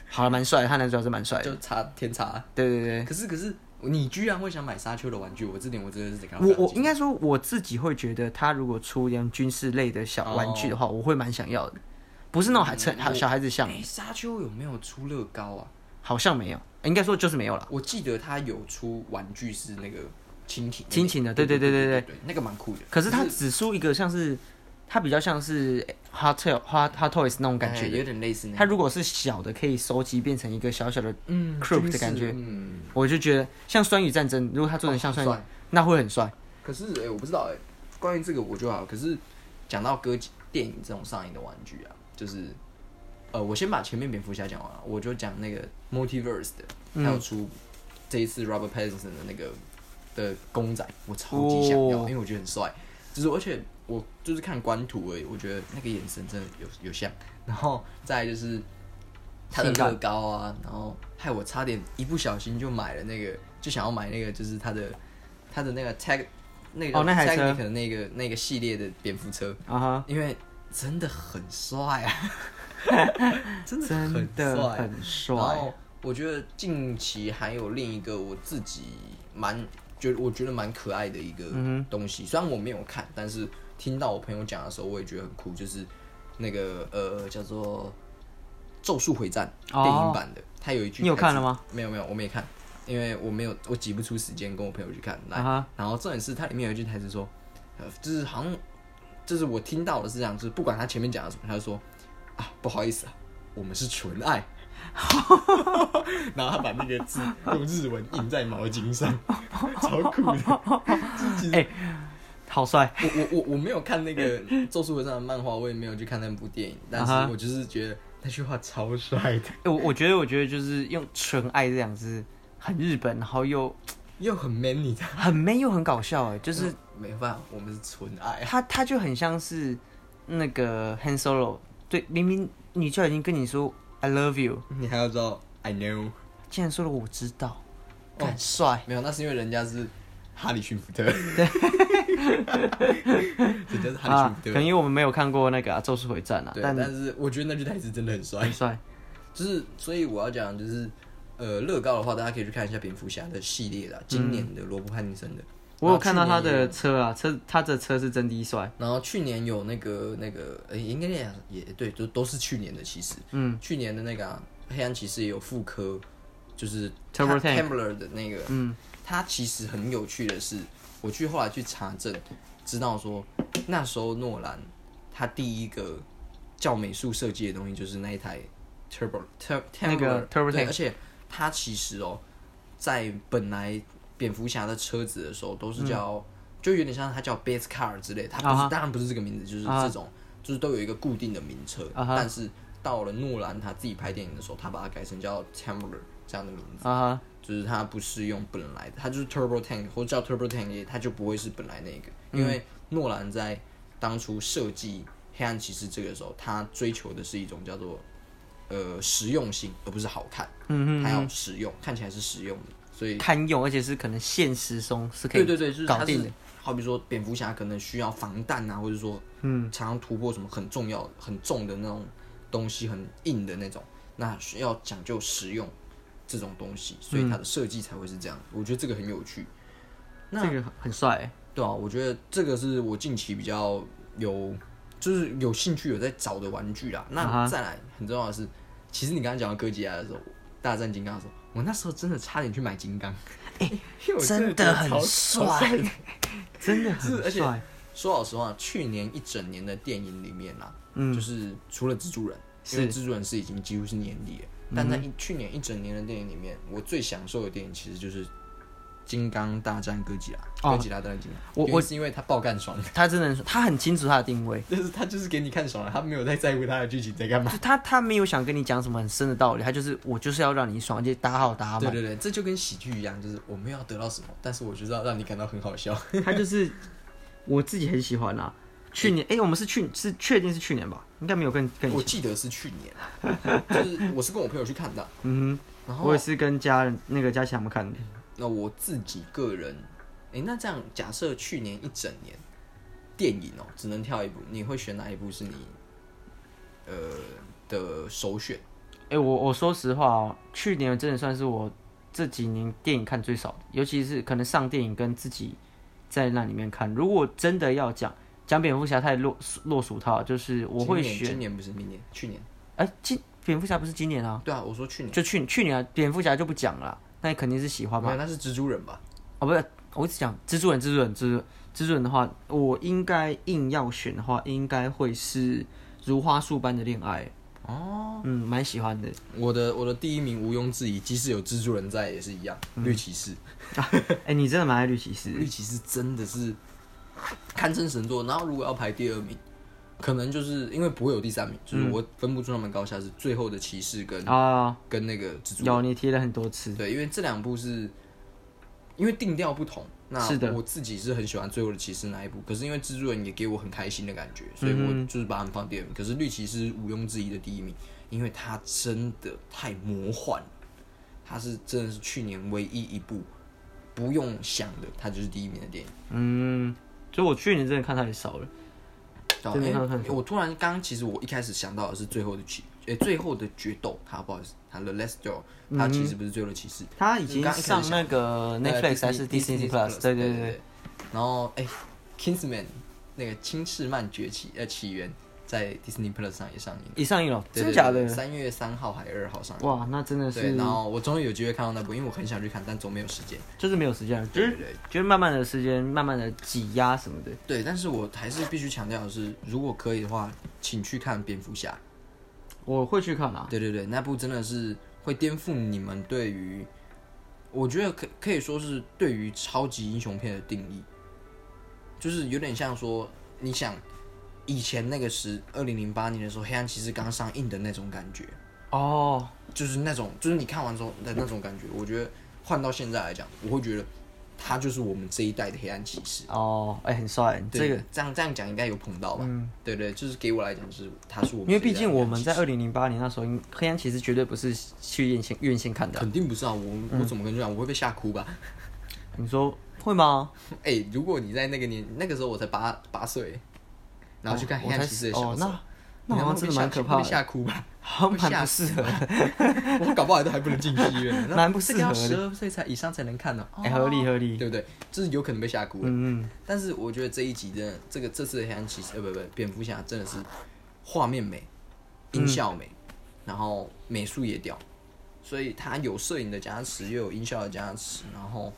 Speaker 2: 好了，蛮帅的，他男主角是蛮帅
Speaker 1: 就
Speaker 2: 的。
Speaker 1: 差天差啊。
Speaker 2: 对对对，
Speaker 1: 可是可是，你居然会想买沙丘的玩具，我这点我真的是得看到
Speaker 2: 我
Speaker 1: 非常
Speaker 2: 我
Speaker 1: 惊
Speaker 2: 应
Speaker 1: 讶
Speaker 2: 该说我自己会觉得，他如果出一样军事类的小玩具的话，我会蛮想要的，不是那种还成
Speaker 1: 哦嗯
Speaker 2: 还
Speaker 1: 我
Speaker 2: 小孩子像，
Speaker 1: 哎，沙丘有没有出乐高啊？
Speaker 2: 好像没有，应该说就是没有了。
Speaker 1: 我记得它有出玩具是那个蜻蜓，
Speaker 2: 蜻蜓的
Speaker 1: 对
Speaker 2: 对对
Speaker 1: 对
Speaker 2: 对对
Speaker 1: 对那个蛮酷的。
Speaker 2: 可是他只出一个像是，他比较像是 Hot Toy Hot Hot Toys 那种感觉
Speaker 1: 哎
Speaker 2: 的。
Speaker 1: 有点类似那
Speaker 2: 他
Speaker 1: 种
Speaker 2: 如果是小的，可以收集变成一个小小的，
Speaker 1: 嗯
Speaker 2: Crook
Speaker 1: 军
Speaker 2: 的感
Speaker 1: 事
Speaker 2: 觉
Speaker 1: 嗯，
Speaker 2: 我就觉得像《酸雨战争》，如果他做成像
Speaker 1: 哦
Speaker 2: 酸
Speaker 1: 很
Speaker 2: 雨，
Speaker 1: 帅
Speaker 2: 那会很帅。
Speaker 1: 可是哎、欸我不知道哎、欸关于这个我就好。可是讲到歌电影这种上映的玩具啊，就是呃，我先把前面蝙蝠侠讲完啊，我就讲那个 Multiverse 的，还有出这一次 Robert Pattinson 的那个的公仔，我超级想要，
Speaker 2: 哦
Speaker 1: 因为我觉得很帅。就是而且我就是看官图而已，我觉得那个眼神真的有有像。然后再来就是他的
Speaker 2: 性感
Speaker 1: 乐高啊，然后害我差点一不小心就买了那个，就想要买那个，就是他的他的那个 tag 那个
Speaker 2: 哦那台
Speaker 1: Tag Nick
Speaker 2: 车
Speaker 1: 的那个那个系列的蝙蝠车，
Speaker 2: 啊哈，
Speaker 1: 因为真的很帅 啊，真的
Speaker 2: 真
Speaker 1: 很
Speaker 2: 的
Speaker 1: 帅。
Speaker 2: 很
Speaker 1: 然
Speaker 2: 帅
Speaker 1: 后。我觉得近期还有另一个我自己蛮觉得我觉得蛮可爱的一个
Speaker 2: 嗯
Speaker 1: 东西，虽然我没有看，但是听到我朋友讲的时候，我也觉得很酷，就是那个呃叫做《咒术回战》
Speaker 2: 哦
Speaker 1: 电影版的，它有一句
Speaker 2: 你有
Speaker 1: 台
Speaker 2: 看
Speaker 1: 词
Speaker 2: 了吗？
Speaker 1: 没有没有，我没看，因为我没有我挤不出时间跟我朋友去看。来
Speaker 2: 啊哈
Speaker 1: 然后重点是它里面有一句台词说，呃，就是好像就是我听到的是这样，就是不管他前面讲了什么，他就说啊不好意思啊，我们是纯爱。 然后他把那个字用日文印在毛巾上，超酷的。就是其实
Speaker 2: 哎好帅！
Speaker 1: 我我我我没有看那个《咒术回战》的漫画，我也没有去看那部电影，但
Speaker 2: 啊哈
Speaker 1: 是我就是觉得那句话超帅的，
Speaker 2: 哎我我觉得，我觉得就是用“纯爱”这两字，很日本，然后又
Speaker 1: 又很 man 你的，
Speaker 2: 很 man 又很搞笑，哎，
Speaker 1: 就
Speaker 2: 就
Speaker 1: 是是没办法，我们是纯爱啊。
Speaker 2: 他他就很像是那个 Han Solo，对，明明你就已经跟你说 I love you，
Speaker 1: 你还要知道，I know，
Speaker 2: 竟然说了我知道，
Speaker 1: 哦
Speaker 2: 很帅、
Speaker 1: 没有，那是因为人家是哈里逊福 特，人家是哈里
Speaker 2: 啊！
Speaker 1: 逊福
Speaker 2: 可
Speaker 1: 特
Speaker 2: 能因。为我们没有看过那个、啊《咒术回战》啊，
Speaker 1: 对，
Speaker 2: 但
Speaker 1: 但是我觉得那句台词真的很帅
Speaker 2: 很，帅，
Speaker 1: 就是所以我要讲就是，呃，乐高的话，大家可以去看一下蝙蝠侠的系列啦，今年的罗伯汉尼森的，
Speaker 2: 我有看到
Speaker 1: 然
Speaker 2: 他
Speaker 1: 后去年也有
Speaker 2: 的车啊，车他的车是真的帅，
Speaker 1: 然后去年有那个那个，呃、应该也也对，都都是去年的其实。
Speaker 2: 嗯，
Speaker 1: 去年的那个、啊、黑暗骑士也有复刻，就是
Speaker 2: Turbo
Speaker 1: t e
Speaker 2: Tank
Speaker 1: m b l e r 的那个。
Speaker 2: 嗯，
Speaker 1: 它其实很有趣的是，我去后来去查证，知道说那时候诺兰他第一个叫美术设计的东西就是那一台 Turbo Tur
Speaker 2: 那个
Speaker 1: Tumbler，
Speaker 2: Turbo
Speaker 1: 对
Speaker 2: Tank
Speaker 1: 而且它其实哦，在本来蝙蝠侠的车子的时候都是叫。就有点像它叫 base car 之类，它不是、
Speaker 2: 嗯啊哈
Speaker 1: 当然不是这个名字，就是
Speaker 2: 啊
Speaker 1: 这种就是都有一个固定的名车
Speaker 2: 啊哈
Speaker 1: 但是到了诺兰他自己拍电影的时候，他把它改成叫 Tambler 这样的名字，
Speaker 2: 啊哈，
Speaker 1: 就是他不是用本来的，他就是 Turbo Tank 或者叫 Turbo Tank，也他就不会是本来那个，
Speaker 2: 嗯
Speaker 1: 因为诺兰在当初设计黑暗骑士这个的时候，他追求的是一种叫做呃实用性，而不是好看，
Speaker 2: 嗯
Speaker 1: 他
Speaker 2: 哼，
Speaker 1: 要实用，看起来是实用的，所以
Speaker 2: 堪用，而且是可能现实中是可以
Speaker 1: 对对对，就是
Speaker 2: 搞
Speaker 1: 它
Speaker 2: 定的
Speaker 1: 是。好比说蝙蝠侠可能需要防弹啊，或者说嗯，常常突破什么很重要、很重的那种东西，很硬的那种，那需要讲究实用这种东西，所以它的
Speaker 2: 嗯
Speaker 1: 设计才会是这样。我觉得这个很有趣，那
Speaker 2: 这个很帅、欸
Speaker 1: 对啊，我觉得这个是我近期比较有就是有兴趣有在找的玩具啦。
Speaker 2: 啊
Speaker 1: 那
Speaker 2: 哈
Speaker 1: 再来很重要的是，其实你刚刚讲到哥吉拉的时候，大战金刚的时候，我那时候真的差点去买金刚， 因为我
Speaker 2: 哎真
Speaker 1: 的觉得
Speaker 2: 的很
Speaker 1: 超超
Speaker 2: 帅，真的
Speaker 1: 是
Speaker 2: 很
Speaker 1: 而且
Speaker 2: 帅。
Speaker 1: 说老实话，去年一整年的电影里面啦，
Speaker 2: 嗯
Speaker 1: 就是除了蜘蛛人，
Speaker 2: 是嗯
Speaker 1: 因为蜘蛛人是已经几乎是年底了，但在一去年一整年的电影里面，我最享受的电影其实就是《金刚大战哥吉拉》
Speaker 2: 哦
Speaker 1: 哥吉拉大战金刚，
Speaker 2: 我我
Speaker 1: 原因是因为他爆干爽，
Speaker 2: 他真的很，他很清楚他的定 位，
Speaker 1: 就是他就是给你看爽了，他没有在在乎他的剧情在干嘛。
Speaker 2: 就他他没有想跟你讲什么很深的道理，他就是我就是要让你爽，而且打好 打
Speaker 1: 对
Speaker 2: 满，
Speaker 1: 对对，这就跟喜剧一样，就是我没有要得到什么，但是我就是要让你感到很好 笑。
Speaker 2: 他就是我自己很喜欢啦。去年哎、我们是去是确定是去年吧？应该没有更更以
Speaker 1: 我
Speaker 2: 前。
Speaker 1: 记得是去年，就是我是跟我朋友去看的，
Speaker 2: 嗯
Speaker 1: 然
Speaker 2: 哼，
Speaker 1: 后
Speaker 2: 我也是跟家人那个佳琪他们看的。
Speaker 1: 那我自己个人，诶，那这样假设去年一整年电影哦、只能跳一部，你会选哪一部是你呃的首选？
Speaker 2: 哎、我我说实话哦，去年真的算是我这几年电影看最少的，尤其是可能上电影跟自己在那里面看。如果真的要讲讲蝙蝠侠太落落俗套了，就是我会
Speaker 1: 今年
Speaker 2: 选
Speaker 1: 今年不是明年，去年
Speaker 2: 哎、今蝙蝠侠不是今年啊，
Speaker 1: 对啊，我说去年，
Speaker 2: 就去去年、啊、蝙蝠侠就不讲了啦，那肯定是喜欢
Speaker 1: 没
Speaker 2: 嘛
Speaker 1: 有，。那是蜘蛛人吧？
Speaker 2: 哦，不是，我一直讲蜘蛛人，蜘蛛人，蜘蛛人蜘蛛人的话，我应该硬要选的话，应该会是如花树般的恋爱。哦，嗯，蛮喜欢的。
Speaker 1: 我的我的第一名毋庸置疑，即使有蜘蛛人在也是一样，绿骑士，
Speaker 2: 哎、你真的蛮爱绿骑士
Speaker 1: 绿骑士真的是堪称神作。然后如果要排第二名，可能就是因为不会有第三名，就是我分不出他们高下，是最后的骑士跟、
Speaker 2: 啊？
Speaker 1: 跟那个蜘蛛人。
Speaker 2: 有，你贴了很多次。
Speaker 1: 对，因为这两部是因为定调不同，那
Speaker 2: 是的
Speaker 1: 我自己是很喜欢《最后的骑士》那一部，可是因为蜘蛛人也给我很开心的感觉，所以
Speaker 2: 嗯
Speaker 1: 我就是把他们放第二名。可是绿骑士毋庸置疑的第一名，因为它真的太魔幻了，它是真的是去年唯一一部不用想的，它就是第一名的电影。
Speaker 2: 嗯，就我去年真的看太少了。
Speaker 1: 对啊
Speaker 2: 真的看
Speaker 1: 诶
Speaker 2: 看
Speaker 1: 我突然刚刚其实我一开始想到的是最后的骑，诶、最后的决斗，它不好意思，它的 Last Duel，它
Speaker 2: 嗯
Speaker 1: 其实不是最后的骑士，
Speaker 2: 他已经
Speaker 1: 刚一开始呃
Speaker 2: 上那个 Netflix 还是 Disney Plus？对
Speaker 1: 对
Speaker 2: 对对对。。
Speaker 1: 然后哎、k i n g s m a n 那个《青翅曼崛起》呃起源在 Disney Plus 上也上映，
Speaker 2: 一上映了，
Speaker 1: 对
Speaker 2: 真假的？
Speaker 1: 三月三号还二号上映。
Speaker 2: 哇，那真的
Speaker 1: 对，
Speaker 2: 是
Speaker 1: 然后我终于有机会看到那部，因为我很想去看，但总没有时间。
Speaker 2: 就是没有时间了，就
Speaker 1: 对
Speaker 2: 是
Speaker 1: 对对
Speaker 2: 就是慢慢的时间，慢慢的挤压什么的。
Speaker 1: 对，但是我还是必须强调的是，如果可以的话，请去看蝙蝠侠。
Speaker 2: 我会去看啦。
Speaker 1: 对对对，那部真的是会颠覆你们对于，我觉得可可以说是对于超级英雄片的定义，就是有点像说，你想以前那个时，二零零八年的时候，黑暗骑士刚上映的那种感觉，
Speaker 2: 哦，
Speaker 1: 就是那种就是你看完之后的那种感觉，我觉得换到现在来讲，我会觉得他就是我们这一代的黑暗骑士。
Speaker 2: 哦，哎、很帅，这
Speaker 1: 对
Speaker 2: 个，
Speaker 1: 这样这样讲应该有捧到吧？
Speaker 2: 嗯
Speaker 1: 对对，就是给我来讲，就是他是我们
Speaker 2: 因为
Speaker 1: 这一
Speaker 2: 毕
Speaker 1: 代
Speaker 2: 竟
Speaker 1: 的黑
Speaker 2: 我
Speaker 1: 暗
Speaker 2: 们
Speaker 1: 骑
Speaker 2: 在
Speaker 1: 士
Speaker 2: 二零零八年那时候，应黑暗骑士绝对不是去院线院线看的啊、
Speaker 1: 肯定不是啊，我我怎么跟你讲，我会被吓哭吧？
Speaker 2: 你说会吗？
Speaker 1: 哎、如果你在那个年那个时候，我才八八岁，然后去看《黑暗骑士》的小说，
Speaker 2: 哦，那那好像真的蛮可
Speaker 1: 你
Speaker 2: 怕
Speaker 1: 会
Speaker 2: 的，
Speaker 1: 吓哭吧？
Speaker 2: 好像蛮不适合。
Speaker 1: 我搞不好都还不能进戏院，
Speaker 2: 蛮不适合的
Speaker 1: 十二岁才以上才能看呢、
Speaker 2: 哎、合理合理。
Speaker 1: 哦对不对？就是有可能被吓哭。
Speaker 2: 嗯嗯，
Speaker 1: 但是我觉得这一集真的，这个这次的《黑暗骑士》呃不不，蝙蝠侠真的是画面美，音效美，
Speaker 2: 嗯
Speaker 1: 然后美术也屌，所以它有摄影的加持，又有音效的加持，然后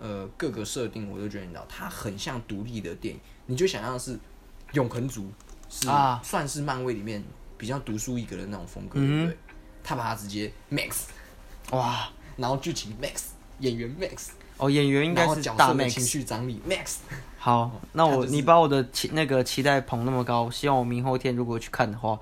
Speaker 1: 呃各个设定我都觉得你知道，它很像独立的电影，你就想象是永恒族是、
Speaker 2: 啊嗯
Speaker 1: 算是漫威里面比较独树一格的那种风格，对不对？他把它直接 max，
Speaker 2: 哇，
Speaker 1: 然后剧情 max，演员 max，
Speaker 2: 哦，演员应该
Speaker 1: 然后
Speaker 2: 是
Speaker 1: 角
Speaker 2: 大
Speaker 1: 色的
Speaker 2: max
Speaker 1: 情绪张力 max。
Speaker 2: 好，那
Speaker 1: 他
Speaker 2: 我、
Speaker 1: 就是
Speaker 2: 你把我的期那个期待捧那么高，希望我明后天如果去看的话，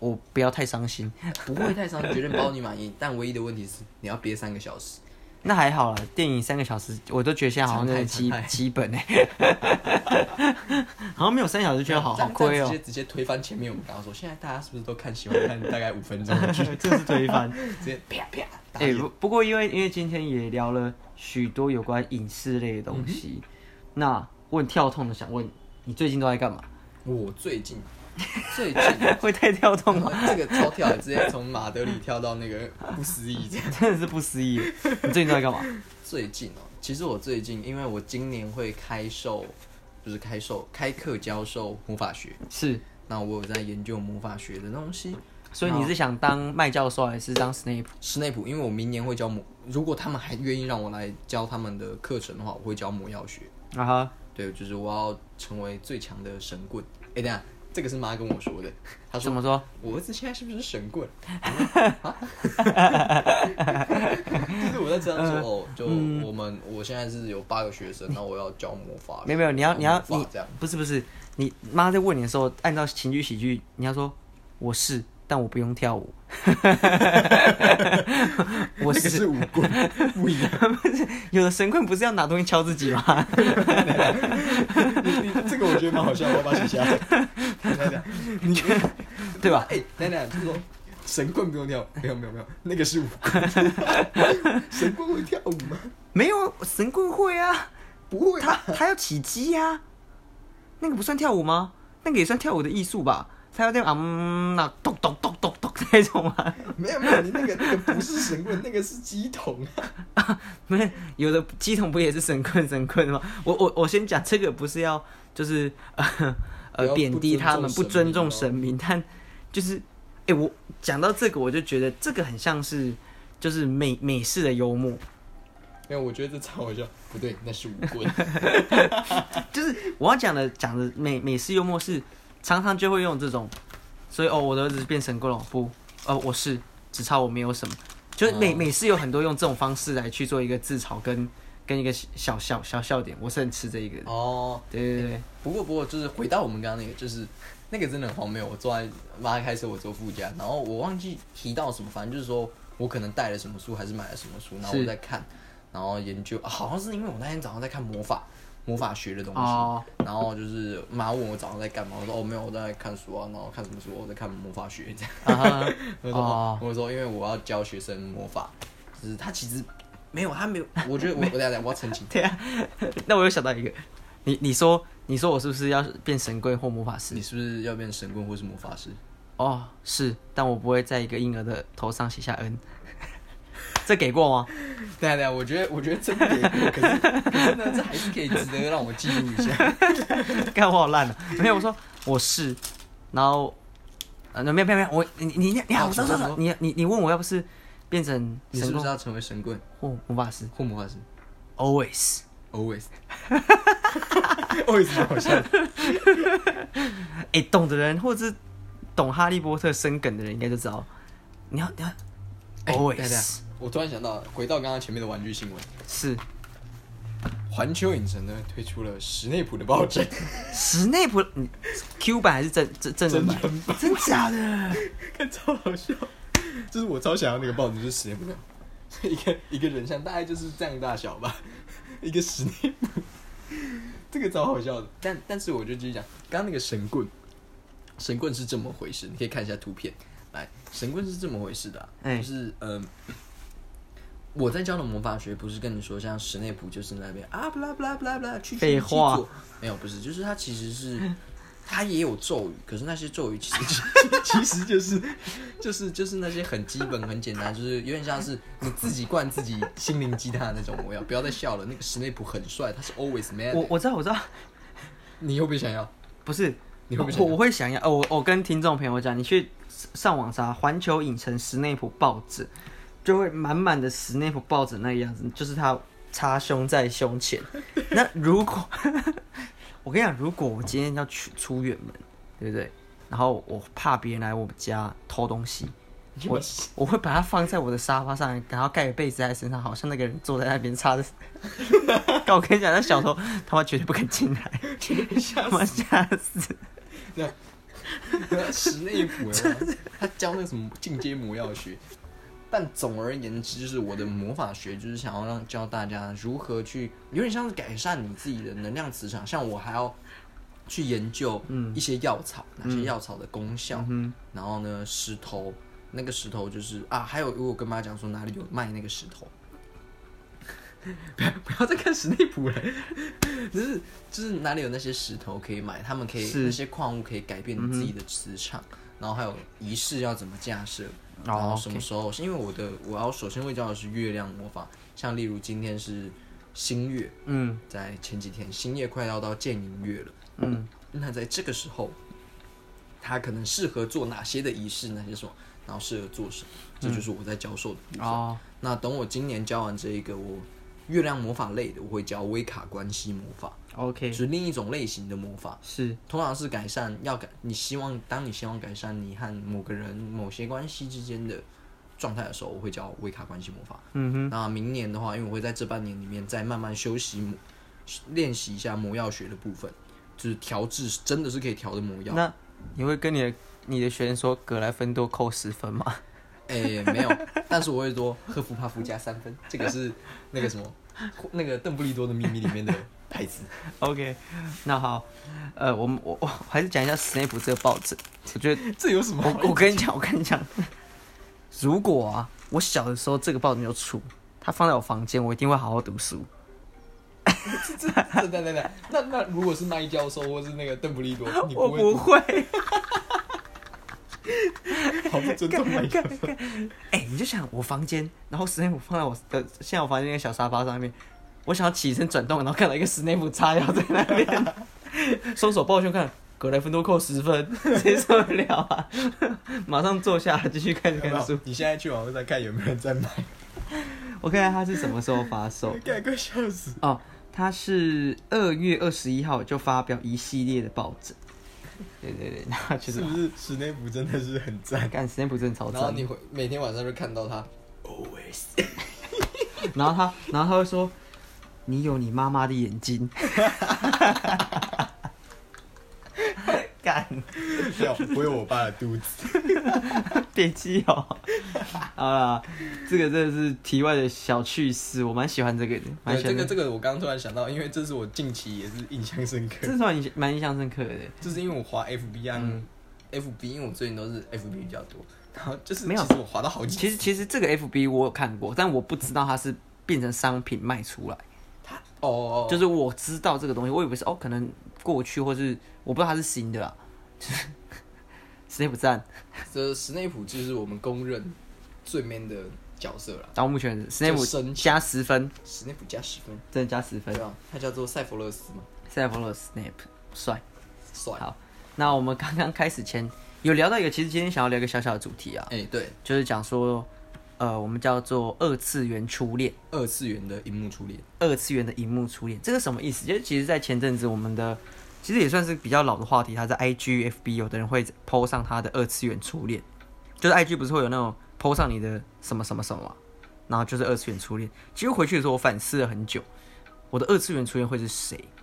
Speaker 2: 我不要太伤心。
Speaker 1: 不会太长，绝对包你满意。但唯一的问题是，你要憋三个小时。
Speaker 2: 那还好啦，电影三个小时，我都觉得现在好像是
Speaker 1: 常
Speaker 2: 基
Speaker 1: 态常态
Speaker 2: 基本欸哎、 好像没有三小时觉 得好
Speaker 1: 这
Speaker 2: 好
Speaker 1: 样
Speaker 2: 亏
Speaker 1: 这样
Speaker 2: 哦
Speaker 1: 直、接直接推翻前面我们刚刚说，现在大家是不是都看喜欢看大概五分钟的剧，
Speaker 2: 这是推翻。
Speaker 1: 直接啪啪打
Speaker 2: 哎、
Speaker 1: 脸？
Speaker 2: 不不过因为因为今天也聊了许多有关影视类的东西，那问跳痛的想问你最近都在干 嘛？
Speaker 1: 我最近最近呃
Speaker 2: 会太跳痛吗？
Speaker 1: 这个超跳，直接从马德里跳到那个不思议这样。
Speaker 2: 真的是不思议。 你最近都在干嘛？
Speaker 1: 最近哦，其实我最近因为我今年会开授，不是开授，开课教授魔法学。
Speaker 2: 是
Speaker 1: 那我有在研究魔法学的东西。
Speaker 2: 所以你是想当麦教授还是当 Snape？
Speaker 1: 史内普，因为我明年会教魔，如果他们还愿意让我来教他们的课程的话，我会教魔药学。
Speaker 2: 啊哈，
Speaker 1: 对，就是我要成为最强的神棍。哎，等一下，这个是妈跟我说的。她
Speaker 2: 怎
Speaker 1: 说
Speaker 2: 么说？
Speaker 1: 我儿子现在是不是神 棍？啊就是我在这样说
Speaker 2: 嗯
Speaker 1: 哦，就我们我现在是有八个学生，然后我要教魔法。
Speaker 2: 没有没有，你要你要
Speaker 1: 教魔
Speaker 2: 你
Speaker 1: 法这样。
Speaker 2: 不是不是，你妈在问你的时候，按照情绪喜剧，你要说我是，但我不用跳舞。我
Speaker 1: 那个
Speaker 2: 是
Speaker 1: 是武棍， 不一样。
Speaker 2: 有的神棍不是要拿东西敲自己吗？
Speaker 1: 你这个我觉得蛮好笑，我要把它写 下来。等一下等一下
Speaker 2: 对吧？
Speaker 1: 哎、等等，就是说神棍不用 跳，没有没有没有，那个是舞。神棍会跳舞吗？
Speaker 2: 没有神棍会啊，
Speaker 1: 不会
Speaker 2: 他
Speaker 1: 啊。
Speaker 2: 他要起鸡呀、那个不算跳舞吗？那个也算跳舞的艺术吧？他要这样啊嗯，那咚咚咚咚咚那种啊，
Speaker 1: 没有没有，你那个那个不是神棍，那个是鸡桶啊。
Speaker 2: 不是有的鸡桶不也是神棍神棍的吗？我我我先讲这个不是要就是 呃
Speaker 1: 不要
Speaker 2: 呃贬低他们，
Speaker 1: 不
Speaker 2: 不
Speaker 1: 尊
Speaker 2: 尊
Speaker 1: 重
Speaker 2: 重
Speaker 1: 神哦
Speaker 2: 神明，但就是哎、我讲到这个我就觉得这个很像是就是美美式的幽默，
Speaker 1: 没有，我觉得这超好笑。不对，那是舞 棍。
Speaker 2: 就是我要讲的讲的美美式幽默是常常就会用这种，所以哦，我的儿子变神棍了，不，呃，我是只差我没有什么，就是美、
Speaker 1: 哦
Speaker 2: 美式有很多用这种方式来去做一个自嘲跟跟一个小小小笑点，我是很吃这一个的，
Speaker 1: 哦，
Speaker 2: 对对对对，
Speaker 1: 不过不过，就是回到我们刚刚那个，就是那个真的很荒谬。我坐在妈开车，我坐副驾，然后我忘记提到什么，反正就是说我可能带了什么书，还是买了什么书，然后我
Speaker 2: 是
Speaker 1: 在看，然后研究、啊好像是因为我那天早上在看魔法魔法学的东西，
Speaker 2: 哦
Speaker 1: 然后就是妈问我早上在干嘛，我说哦没有，我在看书啊，然后看什么书？我在看魔法学这样。
Speaker 2: 啊哈，
Speaker 1: 我说、
Speaker 2: 哦
Speaker 1: 我说因为我要教学生魔法，就是他其实没有，他没有，我觉得我我等一下等一下我要澄清，
Speaker 2: 对啊， 那我又想到一个，你你说你说我是不是要变神棍或魔法师
Speaker 1: 你？是不是要变神棍或是魔法师？
Speaker 2: 哦，是，但我不会在一个婴儿的头上写下 N，这给过吗？
Speaker 1: 对啊对啊，我觉得我觉得真给过，可是可是呢，这还是可以值得让我记录一下。
Speaker 2: 干我好烂啊！没有，我说我是，然后，呃，没有没有没有，我你你你你好，
Speaker 1: 哦
Speaker 2: 我说
Speaker 1: 什么
Speaker 2: 说
Speaker 1: 什么
Speaker 2: 说，你你你问我要不是变成
Speaker 1: 你是
Speaker 2: 神
Speaker 1: 不
Speaker 2: 棍
Speaker 1: 是要成为神棍
Speaker 2: 或魔法师
Speaker 1: 或魔法师
Speaker 2: ，always，
Speaker 1: ？Always。Always 好笑，
Speaker 2: 哎，懂的人或者是懂哈利波特深梗的人应该就知道，你要你要
Speaker 1: 哎等一下等一
Speaker 2: always
Speaker 1: 下我突然想到，回到刚刚前面的玩具新闻，
Speaker 2: 是
Speaker 1: 环球影城呢推出了史内普的抱枕，
Speaker 2: 史内普你 Q 版还是真真真人版？
Speaker 1: 真人
Speaker 2: 真假的？
Speaker 1: 看超好笑。就是我超想要那个抱枕，就是史内普的，一个一个人像大概就是这样大小吧， 一个史内普，这个超好笑的。但但是我就继续讲，刚刚那个神棍，神棍是这么回事，你可以看一下图片。来，神棍是这么回事的啊、
Speaker 2: 哎
Speaker 1: 就是嗯。我在教的魔法学不是跟你说，像史内普就是那边啊，不啦不啦不啦不啦，去去
Speaker 2: 废
Speaker 1: 去
Speaker 2: 话
Speaker 1: 做，没有不是，就是他其实是他也有咒语，可是那些咒语其实 其实就是就是就是那些很基本很简单，就是有点像是你自己灌自己心灵鸡汤的那种魔药。不要再笑了，那个史内普很帅，他是 always man
Speaker 2: 我。我知道我知道，
Speaker 1: 你会不会想要？
Speaker 2: 不是，
Speaker 1: 你会不会想
Speaker 2: 我
Speaker 1: 要
Speaker 2: 我会想要，哦，我我跟听众朋友讲，你去上网查环球影城史内普抱枕，就会满满的史内普抱枕那个样子，就是他插胸在 胸前。那如果 我跟你讲，如果我今天要去出远门，对不对？然后我怕别人来我们家偷东西，我我会把它放在我的沙发上，然后盖个被子在身上，好像那个人坐在那边 插着。但我跟你讲，那小偷他妈绝对不肯进来， 他妈吓死！
Speaker 1: 史内普欸，哇他教那个什么进阶魔药学。但总而言之，就是我的魔法学，就是想要让教大家如何去，有点像是改善你自己的能量磁场。像我还要去研究一些药草，哪些药草的功
Speaker 2: 嗯
Speaker 1: 效，然后呢，石头，那个石头就是啊，还有我跟妈讲说哪里有卖那个石头。 不要不要再看史内普了， 就是就是哪里有那些石头可以买，他们可以
Speaker 2: 是
Speaker 1: 那些矿物可以改变你自己的磁场，然后还有仪式要怎么架设，然后什么时候？因为我的我要首先会教的是月亮魔法，像例如今天是新月，
Speaker 2: 嗯，
Speaker 1: 在前几天新月快要到建宁月了，
Speaker 2: 嗯，
Speaker 1: 那在这个时候，它可能适合做哪些的仪式，哪些什么，然后适合做什么，这就是我在教授的部分。
Speaker 2: 哦，
Speaker 1: 那等我今年教完这一个我月亮魔法类的，我会教威卡关系魔法，
Speaker 2: OK，
Speaker 1: 是另一种类型的魔法。
Speaker 2: 是，
Speaker 1: 通常是改善要改，你希望当你希望改善你和某个人某些关系之间的状态的时候，我会教威卡关系魔法。
Speaker 2: 嗯哼，
Speaker 1: 那明年的话，因为我会在这半年里面再慢慢休息魔，练习一下魔药学的部分，就是调制真的是可以调的魔药。
Speaker 2: 嗯那你会跟你的你的学生说格莱芬多扣十分吗？
Speaker 1: 哎、没有，但是我会说赫夫帕夫加三分，这个是那个什么，那个邓布利多的秘密里面的台词。
Speaker 2: OK，那好，呃，我们我我还是讲一下斯内普这个报纸。我觉得
Speaker 1: 这有什么好
Speaker 2: 我我跟你讲，我跟你讲，如果啊，我小的时候这个报纸有出，它放在我房间，我一定会好好读书。
Speaker 1: 等等等等，那那如果是麦教授或是那个邓布利多，你
Speaker 2: 我
Speaker 1: 不会
Speaker 2: 不会。
Speaker 1: 好不尊重麦克风？
Speaker 2: 哎、你就想我房间，然后斯内普放在我的现在我房间那个小沙发上面，我想要起身转动，然后看到一个斯内普叉腰在那边，双手抱胸看。格莱芬多扣十分， 谁受得了啊？ 马上坐下，继续看看书。
Speaker 1: 你现在去网络上看有没有人在卖，
Speaker 2: 我看看它是什么时候发售。
Speaker 1: 看快笑死！
Speaker 2: 哦，他是二月二十一号就发表一系列的报纸。对对 对，那就是
Speaker 1: 是史内普真的是很赞？
Speaker 2: 干斯内普真的超
Speaker 1: 啊然后
Speaker 2: 赞
Speaker 1: 你。会每天晚上就看到 他，always。
Speaker 2: 然后他，然后他会说：“你有你妈妈的眼睛。” 干，
Speaker 1: 有，我有我爸的肚子。
Speaker 2: 别气哦！ 好啦，这个真的是题外的小趣事，我蛮喜欢这个的，蛮
Speaker 1: 对，
Speaker 2: 喜
Speaker 1: 这
Speaker 2: 欢
Speaker 1: 个
Speaker 2: 这
Speaker 1: 这
Speaker 2: 个，
Speaker 1: 个我刚刚突然想到，因为这是我近期也是印象深刻
Speaker 2: 这，算印蛮印象深刻的。
Speaker 1: 就是因为我滑 FB 啊、
Speaker 2: 嗯
Speaker 1: f b 因为我最近都是 FB 比较多，然后就是
Speaker 2: 没有
Speaker 1: 其实我滑到好几，
Speaker 2: 其实其实这个 FB 我有看过，但我不知道它是变成商品卖出来。
Speaker 1: 哦哦，
Speaker 2: 就是我知道这个东西，我以为是哦，可能过去或是我不知道它是新的啦。就是 Snap 站，
Speaker 1: 这史内普就是我们公认最 man 的角色了，
Speaker 2: 到目前
Speaker 1: 就
Speaker 2: Snap
Speaker 1: 神奇
Speaker 2: 加十分，
Speaker 1: 史内普加十分，
Speaker 2: 真的加十分
Speaker 1: 对。啊，他叫做塞弗勒斯嘛，
Speaker 2: 塞弗洛 Snap 帅。
Speaker 1: 帅，
Speaker 2: 好那我们刚刚开始前有聊到一个，其实今天想要聊一个小小的主题啊，
Speaker 1: 哎、对，
Speaker 2: 就是讲说，呃，我们叫做二次元初恋。
Speaker 1: 二次元的荧幕初恋，
Speaker 2: 二次元的荧幕初恋，这个什么意思？就是其实，在前阵子我们的其实也算是比较老的话题，它在 IG、FB 有的人会 PO 上他的二次元初恋，就是 IG 不是会有那种 PO 上你的什么什么什么嘛、然后就是二次元初恋。其实回去的时候，我反思了很久，我的二次元初恋会是谁？嗯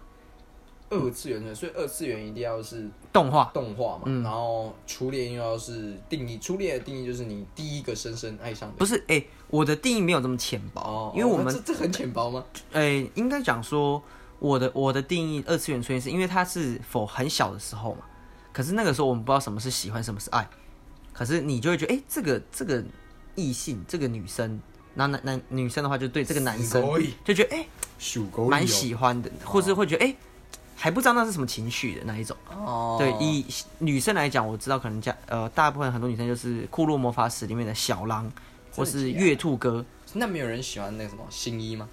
Speaker 1: 二次元的，所以二次元一定要是
Speaker 2: 动画
Speaker 1: 动画嘛，
Speaker 2: 嗯
Speaker 1: 然后初恋又要是定义，初恋的定义就是你第一个深深爱上的。
Speaker 2: 不是？哎、我的定义没有这么浅薄
Speaker 1: 哦，，
Speaker 2: 因为我
Speaker 1: 那
Speaker 2: 们
Speaker 1: 这这很浅薄吗？
Speaker 2: 诶、应该讲说我的我的定义二次元出现是因为它是否很小的时候嘛，可是那个时候我们不知道什么是喜欢，什么是爱，可是你就会觉得，诶、这个这个异性，这个女生，那男男女生的话就对这个男
Speaker 1: 死
Speaker 2: 生
Speaker 1: 狗矣
Speaker 2: 就觉得，诶、
Speaker 1: 属狗
Speaker 2: 蛮喜欢的，或是会觉得，诶、还不知道那是什么情绪的那一种。
Speaker 1: 哦
Speaker 2: 对，以女生来讲，我知道可能家呃大部分很多女生就是《库洛魔法使》里面的小狼，或
Speaker 1: 真的
Speaker 2: 是
Speaker 1: 假
Speaker 2: 月兔哥，
Speaker 1: 那没有人喜欢那个什么新一吗？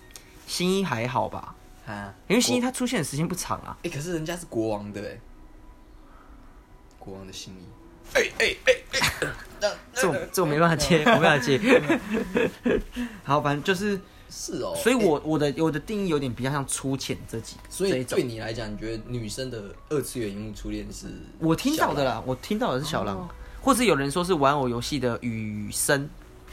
Speaker 2: 新一还好吧，
Speaker 1: 啊，
Speaker 2: 因为新一
Speaker 1: 国
Speaker 2: 他出现的时间不长啊。
Speaker 1: 哎、可是人家是国王的哎、国王的新一。哎哎哎哎， 那
Speaker 2: 这我这我没办法 接，我没办法接。好，反正就是，
Speaker 1: 是哦，
Speaker 2: 所以我我的我的定义有点比较像粗浅这几
Speaker 1: 所
Speaker 2: 这
Speaker 1: 以
Speaker 2: 一种
Speaker 1: 对。你来讲，你觉得女生的二次元荧幕初恋是？
Speaker 2: 我听到的啦，我听到的是小狼，或者有人说是玩偶游戏的雨声，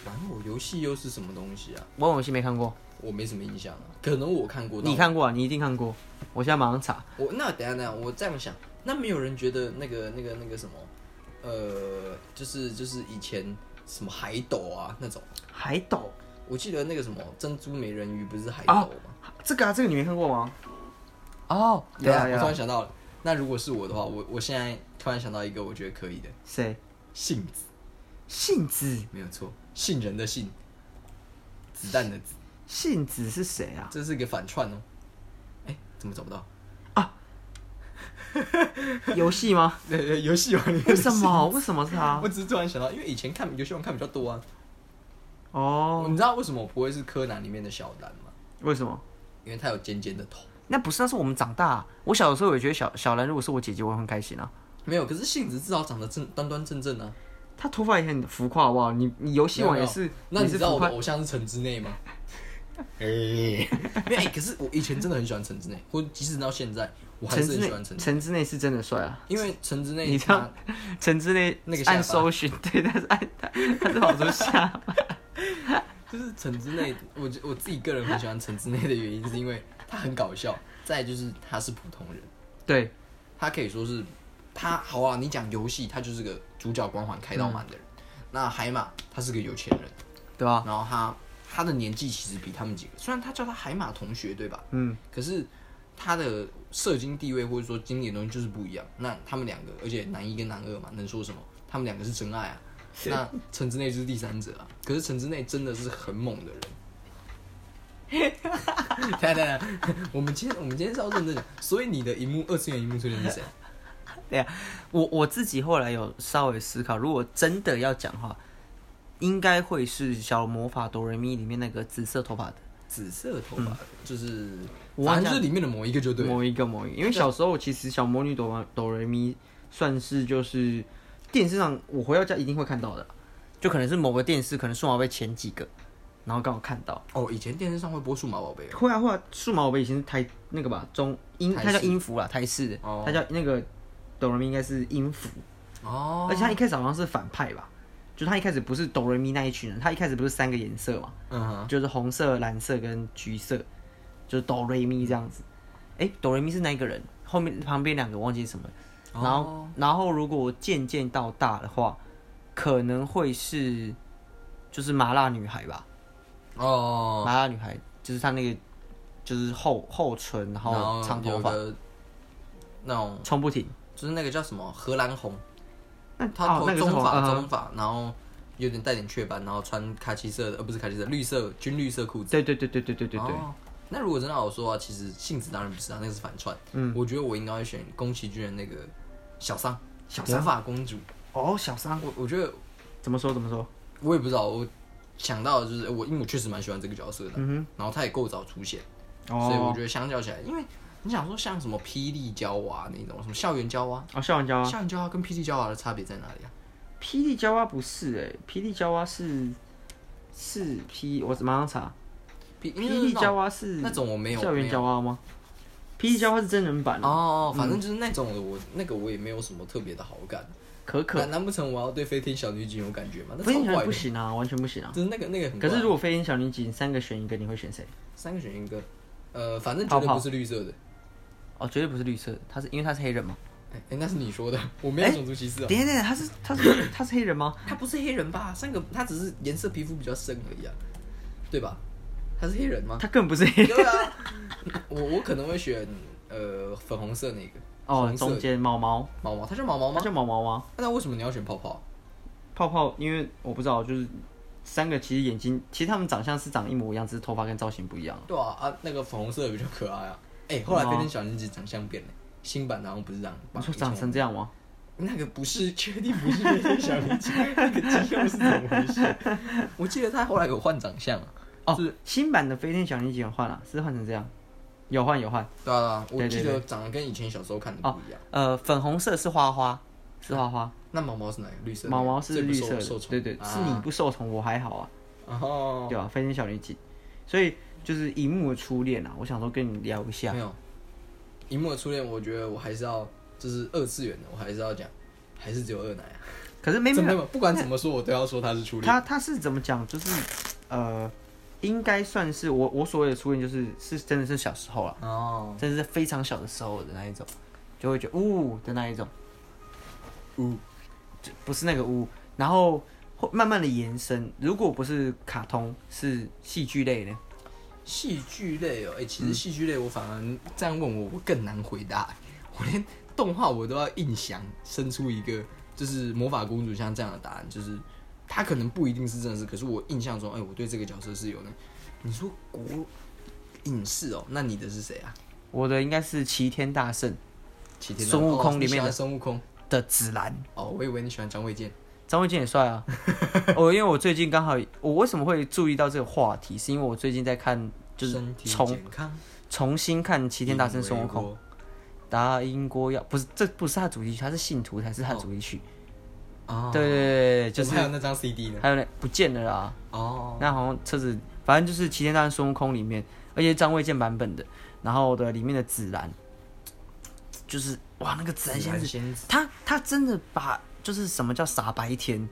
Speaker 1: 玩偶游戏又是什么东西啊？
Speaker 2: 玩偶游戏没看过，我
Speaker 1: 我没什么印象啊，可能我看过。但
Speaker 2: 你
Speaker 1: 我
Speaker 2: 看过啊？你一定看过。我现在马上查，
Speaker 1: 我那等一下等一下，我这样想，那没有人觉得那个那个那个什么，呃，就是就是以前什么海斗啊那种，
Speaker 2: 海斗
Speaker 1: 我记得那个什么珍珠美人鱼不是海斗
Speaker 2: 啊
Speaker 1: 吗？
Speaker 2: 这个啊，这个你没看过吗？哦，
Speaker 1: 对啊，
Speaker 2: 对
Speaker 1: 我突
Speaker 2: 啊
Speaker 1: 然，想到了。那如果是我的话，我我现在突然想到一个我觉得可以的，
Speaker 2: 谁？
Speaker 1: 杏子
Speaker 2: 杏子，
Speaker 1: 没有错，杏仁的杏，子弹的子，
Speaker 2: 杏子是谁啊？
Speaker 1: 这是一个反串哦。哎，怎么找不到？
Speaker 2: 游戏吗？
Speaker 1: 呃，游戏王里面
Speaker 2: 为什？么？为什么是他
Speaker 1: 我？只是突然想到，因为以前看游戏王看比较多啊。
Speaker 2: 哦，
Speaker 1: 你知道为什么我不会是柯南里面的小兰吗？
Speaker 2: 为什么？
Speaker 1: 因为他有尖尖的头。
Speaker 2: 那不是，那是我们长大啊、我小的时候也觉得小小兰如果是我姐姐，我会很开心啊。
Speaker 1: 没有，可是杏子至少长得正端端正正啊。
Speaker 2: 他头发也很浮夸，好不好？你你游戏王也是，
Speaker 1: 那你
Speaker 2: 是
Speaker 1: 知道
Speaker 2: 浮
Speaker 1: 我的
Speaker 2: 夸，
Speaker 1: 偶像是陈之内 吗？哎，没有、哎可是我以前真的很喜欢陈之内，或即使到现在，我还
Speaker 2: 陈
Speaker 1: 是
Speaker 2: 之
Speaker 1: 很喜
Speaker 2: 内
Speaker 1: 欢陈，之内，
Speaker 2: 陈之内是真的帅啊！
Speaker 1: 因为陈之内
Speaker 2: 你这样
Speaker 1: 他
Speaker 2: 陈之内
Speaker 1: 那个下巴
Speaker 2: 按搜寻，对，他是按他他是往出下，
Speaker 1: 就是陈之内，我觉我自己个人很喜欢陈之内的原因，是因为他很搞笑，再来就是他是普通人，
Speaker 2: 对，
Speaker 1: 他可以说是他好啊，你讲游戏，他就是个主角光环开到满的人。
Speaker 2: 嗯
Speaker 1: 那海马他是个有钱人，
Speaker 2: 对吧？
Speaker 1: 然后他他的年纪其实比他们几个，虽然他叫他海马同学，对吧？
Speaker 2: 嗯，
Speaker 1: 可是他的社经地位或者说经历的东西就是不一样。那他们两个，而且男一跟男二嘛，能说什么？他们两个是真爱啊。那陈之内就是第三者啊。可是陈之内真的是很猛的人。 等一下等一下，我们今天我们今天是要认真讲，所以你的荧幕二次元荧幕推荐是谁？啊
Speaker 2: 对呀、啊我我自己后来有稍微思考，如果真的要讲的话，应该会是《小魔法哆瑞咪》里面那个 紫色头发的
Speaker 1: 紫色头发、嗯就是，
Speaker 2: 我忘
Speaker 1: 反
Speaker 2: 记
Speaker 1: 正就是里面的某一个就对了。
Speaker 2: 某一个某一个，因为小时候其实《小魔女哆哆瑞咪》算是就是电视上我回到家一定会看到的，就可能是某个电视可能数码宝贝前几个，然后刚好看到。
Speaker 1: 哦，以前电视上会播数码宝贝哦，
Speaker 2: 会啊会啊，数码宝贝以前是台那个吧中音，
Speaker 1: 台
Speaker 2: 它叫
Speaker 1: 式
Speaker 2: 音符啦，台式的，
Speaker 1: 哦
Speaker 2: 它叫那个哆瑞咪应该是音符，
Speaker 1: 哦，
Speaker 2: 而且他一开始好像是反派吧，就他一开始不是哆瑞咪那一群人，他一开始不是三个颜色嘛，
Speaker 1: 嗯哼，
Speaker 2: 就是红色、蓝色跟橘色，就是哆瑞咪这样子。哎、哆瑞咪是那一个人，后面旁边两个忘记是什么了。然后，
Speaker 1: 哦
Speaker 2: 然后如果渐渐到大的话，可能会是就是麻辣女孩吧，
Speaker 1: 哦，
Speaker 2: 麻辣女孩就是她那个就是厚厚唇，然
Speaker 1: 然
Speaker 2: 后
Speaker 1: 后
Speaker 2: 长头
Speaker 1: 有
Speaker 2: 发，
Speaker 1: 个那种
Speaker 2: 冲不停。
Speaker 1: 就是那个叫什么荷兰红，
Speaker 2: 那
Speaker 1: 他
Speaker 2: 哦，
Speaker 1: 头
Speaker 2: 那个是
Speaker 1: 棕
Speaker 2: 红
Speaker 1: 发
Speaker 2: 嗯
Speaker 1: 棕发，然后有点带点雀斑，然后穿卡其色的，呃不是卡其色，绿色军绿色裤子。
Speaker 2: 对对对对对对对对，
Speaker 1: 哦那如果真的要我说啊，其实性子当然不是啊，那个是反串。嗯，我觉得我应该会选宫崎骏的那个小桑，
Speaker 2: 小
Speaker 1: 魔法公主。
Speaker 2: 哦，小三
Speaker 1: 我我觉得
Speaker 2: 怎么说怎么说？
Speaker 1: 我也不知道，我想到的就是呃我，因为我确实蛮喜欢这个角色
Speaker 2: 嗯
Speaker 1: 的，然后他也够早出现，所以我
Speaker 2: 哦
Speaker 1: 觉得相较起来，因为你想说像什么霹雳娇娃那种，什么校园娇娃，
Speaker 2: 哦，笑完娇啊。
Speaker 1: 校园娇娃跟霹雳娇娃的差别在哪里啊？
Speaker 2: 霹雳娇娃不是哎、霹雳娇娃是是 P，我马上查。
Speaker 1: 霹
Speaker 2: 霹雳娇娃是
Speaker 1: 那种我没有
Speaker 2: 校园娇娃吗？霹雳娇娃是真人版哦，
Speaker 1: 哦，反正就是那种的，我那个我也没有什么特别的好感。
Speaker 2: 可可
Speaker 1: 难难不成我要对飞天小女警有感觉吗？那
Speaker 2: 飞
Speaker 1: 超
Speaker 2: 天小女
Speaker 1: 怪
Speaker 2: 不
Speaker 1: 的，
Speaker 2: 行啊，完全不行啊。
Speaker 1: 就是那个那个很怪。
Speaker 2: 可是如果飞天小女警三个选一个，你会选谁？
Speaker 1: 三个选一个，呃，反正
Speaker 2: 泡
Speaker 1: 绝对
Speaker 2: 泡
Speaker 1: 不是绿色的。
Speaker 2: 哦，绝对不是绿色的，他是因为他是黑人嘛。
Speaker 1: 哎、哎那是你说的，我没有种族歧视啊
Speaker 2: 等。一下等一下，他是他是他是黑人 吗？
Speaker 1: 他不是黑人吧？三个他只是颜色皮肤比较深而已啊，对吧？他是黑人吗？
Speaker 2: 他更不是黑人
Speaker 1: 对啊， 我我可能会选呃粉红色那个
Speaker 2: 哦，
Speaker 1: 红色
Speaker 2: 中
Speaker 1: 的
Speaker 2: 间毛毛，
Speaker 1: 毛毛，他叫毛毛
Speaker 2: 他
Speaker 1: 吗？啊
Speaker 2: 叫毛毛吗？
Speaker 1: 那为什么你要选泡泡？
Speaker 2: 泡泡，因为我不知道，就是三个其实眼睛，其实他们长相是长一模一样，只是头发跟造型不一样。
Speaker 1: 对啊，啊，那个粉红色的比较可爱啊。哎、后来
Speaker 2: 是吗
Speaker 1: 变成小女警长相变了，新版的好像不是这样吧。
Speaker 2: 你说长成这样吗？
Speaker 1: 以前那个不是， 确定不是变成小女警，那个肌肉是怎么回事？ 我记得他后来有换长相啊。
Speaker 2: 哦，
Speaker 1: 就是
Speaker 2: 新版的飞天小女警有换了，是换成这样，有换有换。
Speaker 1: 对啊，对啊我记
Speaker 2: 对
Speaker 1: 得长得跟以前小时候看的不一样。
Speaker 2: 呃，粉红色是花花，是花花，
Speaker 1: 那毛毛是哪个？绿色的那
Speaker 2: 毛
Speaker 1: 个。
Speaker 2: 毛是绿色
Speaker 1: 最
Speaker 2: 的，
Speaker 1: 不受受宠
Speaker 2: 对对，是你
Speaker 1: 啊
Speaker 2: 不受宠，我还好啊，
Speaker 1: 哦，
Speaker 2: 对吧、飞天小女警，所以就是荧幕的初恋啊，我想说跟你聊一下
Speaker 1: 没。有。荧幕的初恋，我觉得我还是要，就是二次元的，我还是要讲，还是只有二奶啊。
Speaker 2: 可是没
Speaker 1: 真
Speaker 2: 哎没
Speaker 1: 的
Speaker 2: 有，
Speaker 1: 吗？不管怎么说，我都要说他是初恋。
Speaker 2: 他他是怎么讲？就是呃，应该算是我我所谓的初恋，就是是真的是小时候啊，
Speaker 1: 哦，
Speaker 2: 真的是非常小的时候的那一种，就会觉得呜的那一种。
Speaker 1: 呜，
Speaker 2: 就不是那个屋，然后会慢慢的延伸。如果不是卡通，是戏剧类的，
Speaker 1: 戏剧类哦，哎、其
Speaker 2: 嗯
Speaker 1: 实戏剧类我反而这样问我，我更难回答、欸我连动画我都要硬想生出一个，就是魔法公主像这样的答案，就是她可能不一定是真实，可是我印象中，哎、我对这个角色是有那，你说国影视哦，那你的是谁啊？
Speaker 2: 我的应该是《齐天大圣
Speaker 1: 齐天大
Speaker 2: 孙悟空
Speaker 1: 哦
Speaker 2: 里面的
Speaker 1: 你喜欢孙悟空
Speaker 2: 的紫兰，
Speaker 1: 哦，我以为你喜欢张卫健
Speaker 2: 张卫健也 帅啊。我、因为我最近刚好，我为什么会注意到这个话题，是因为我最近在看，就是
Speaker 1: 身体
Speaker 2: 重
Speaker 1: 健康，
Speaker 2: 重新看《齐天大圣孙悟空》，
Speaker 1: 空，
Speaker 2: 答应过要不是这不是他主题曲，他是信徒才是他主题曲。
Speaker 1: 哦
Speaker 2: 对对对对，就是
Speaker 1: 还有那张 CD 呢。
Speaker 2: 还有那不见了啦，
Speaker 1: 哦，
Speaker 2: 那好像车子，反正就是《齐天大圣孙悟空》里面，而且是张卫健版本的，然后的里面的紫兰，就是哇，那个紫兰仙子，
Speaker 1: 仙子，
Speaker 2: 他他真的把就是什么叫傻白甜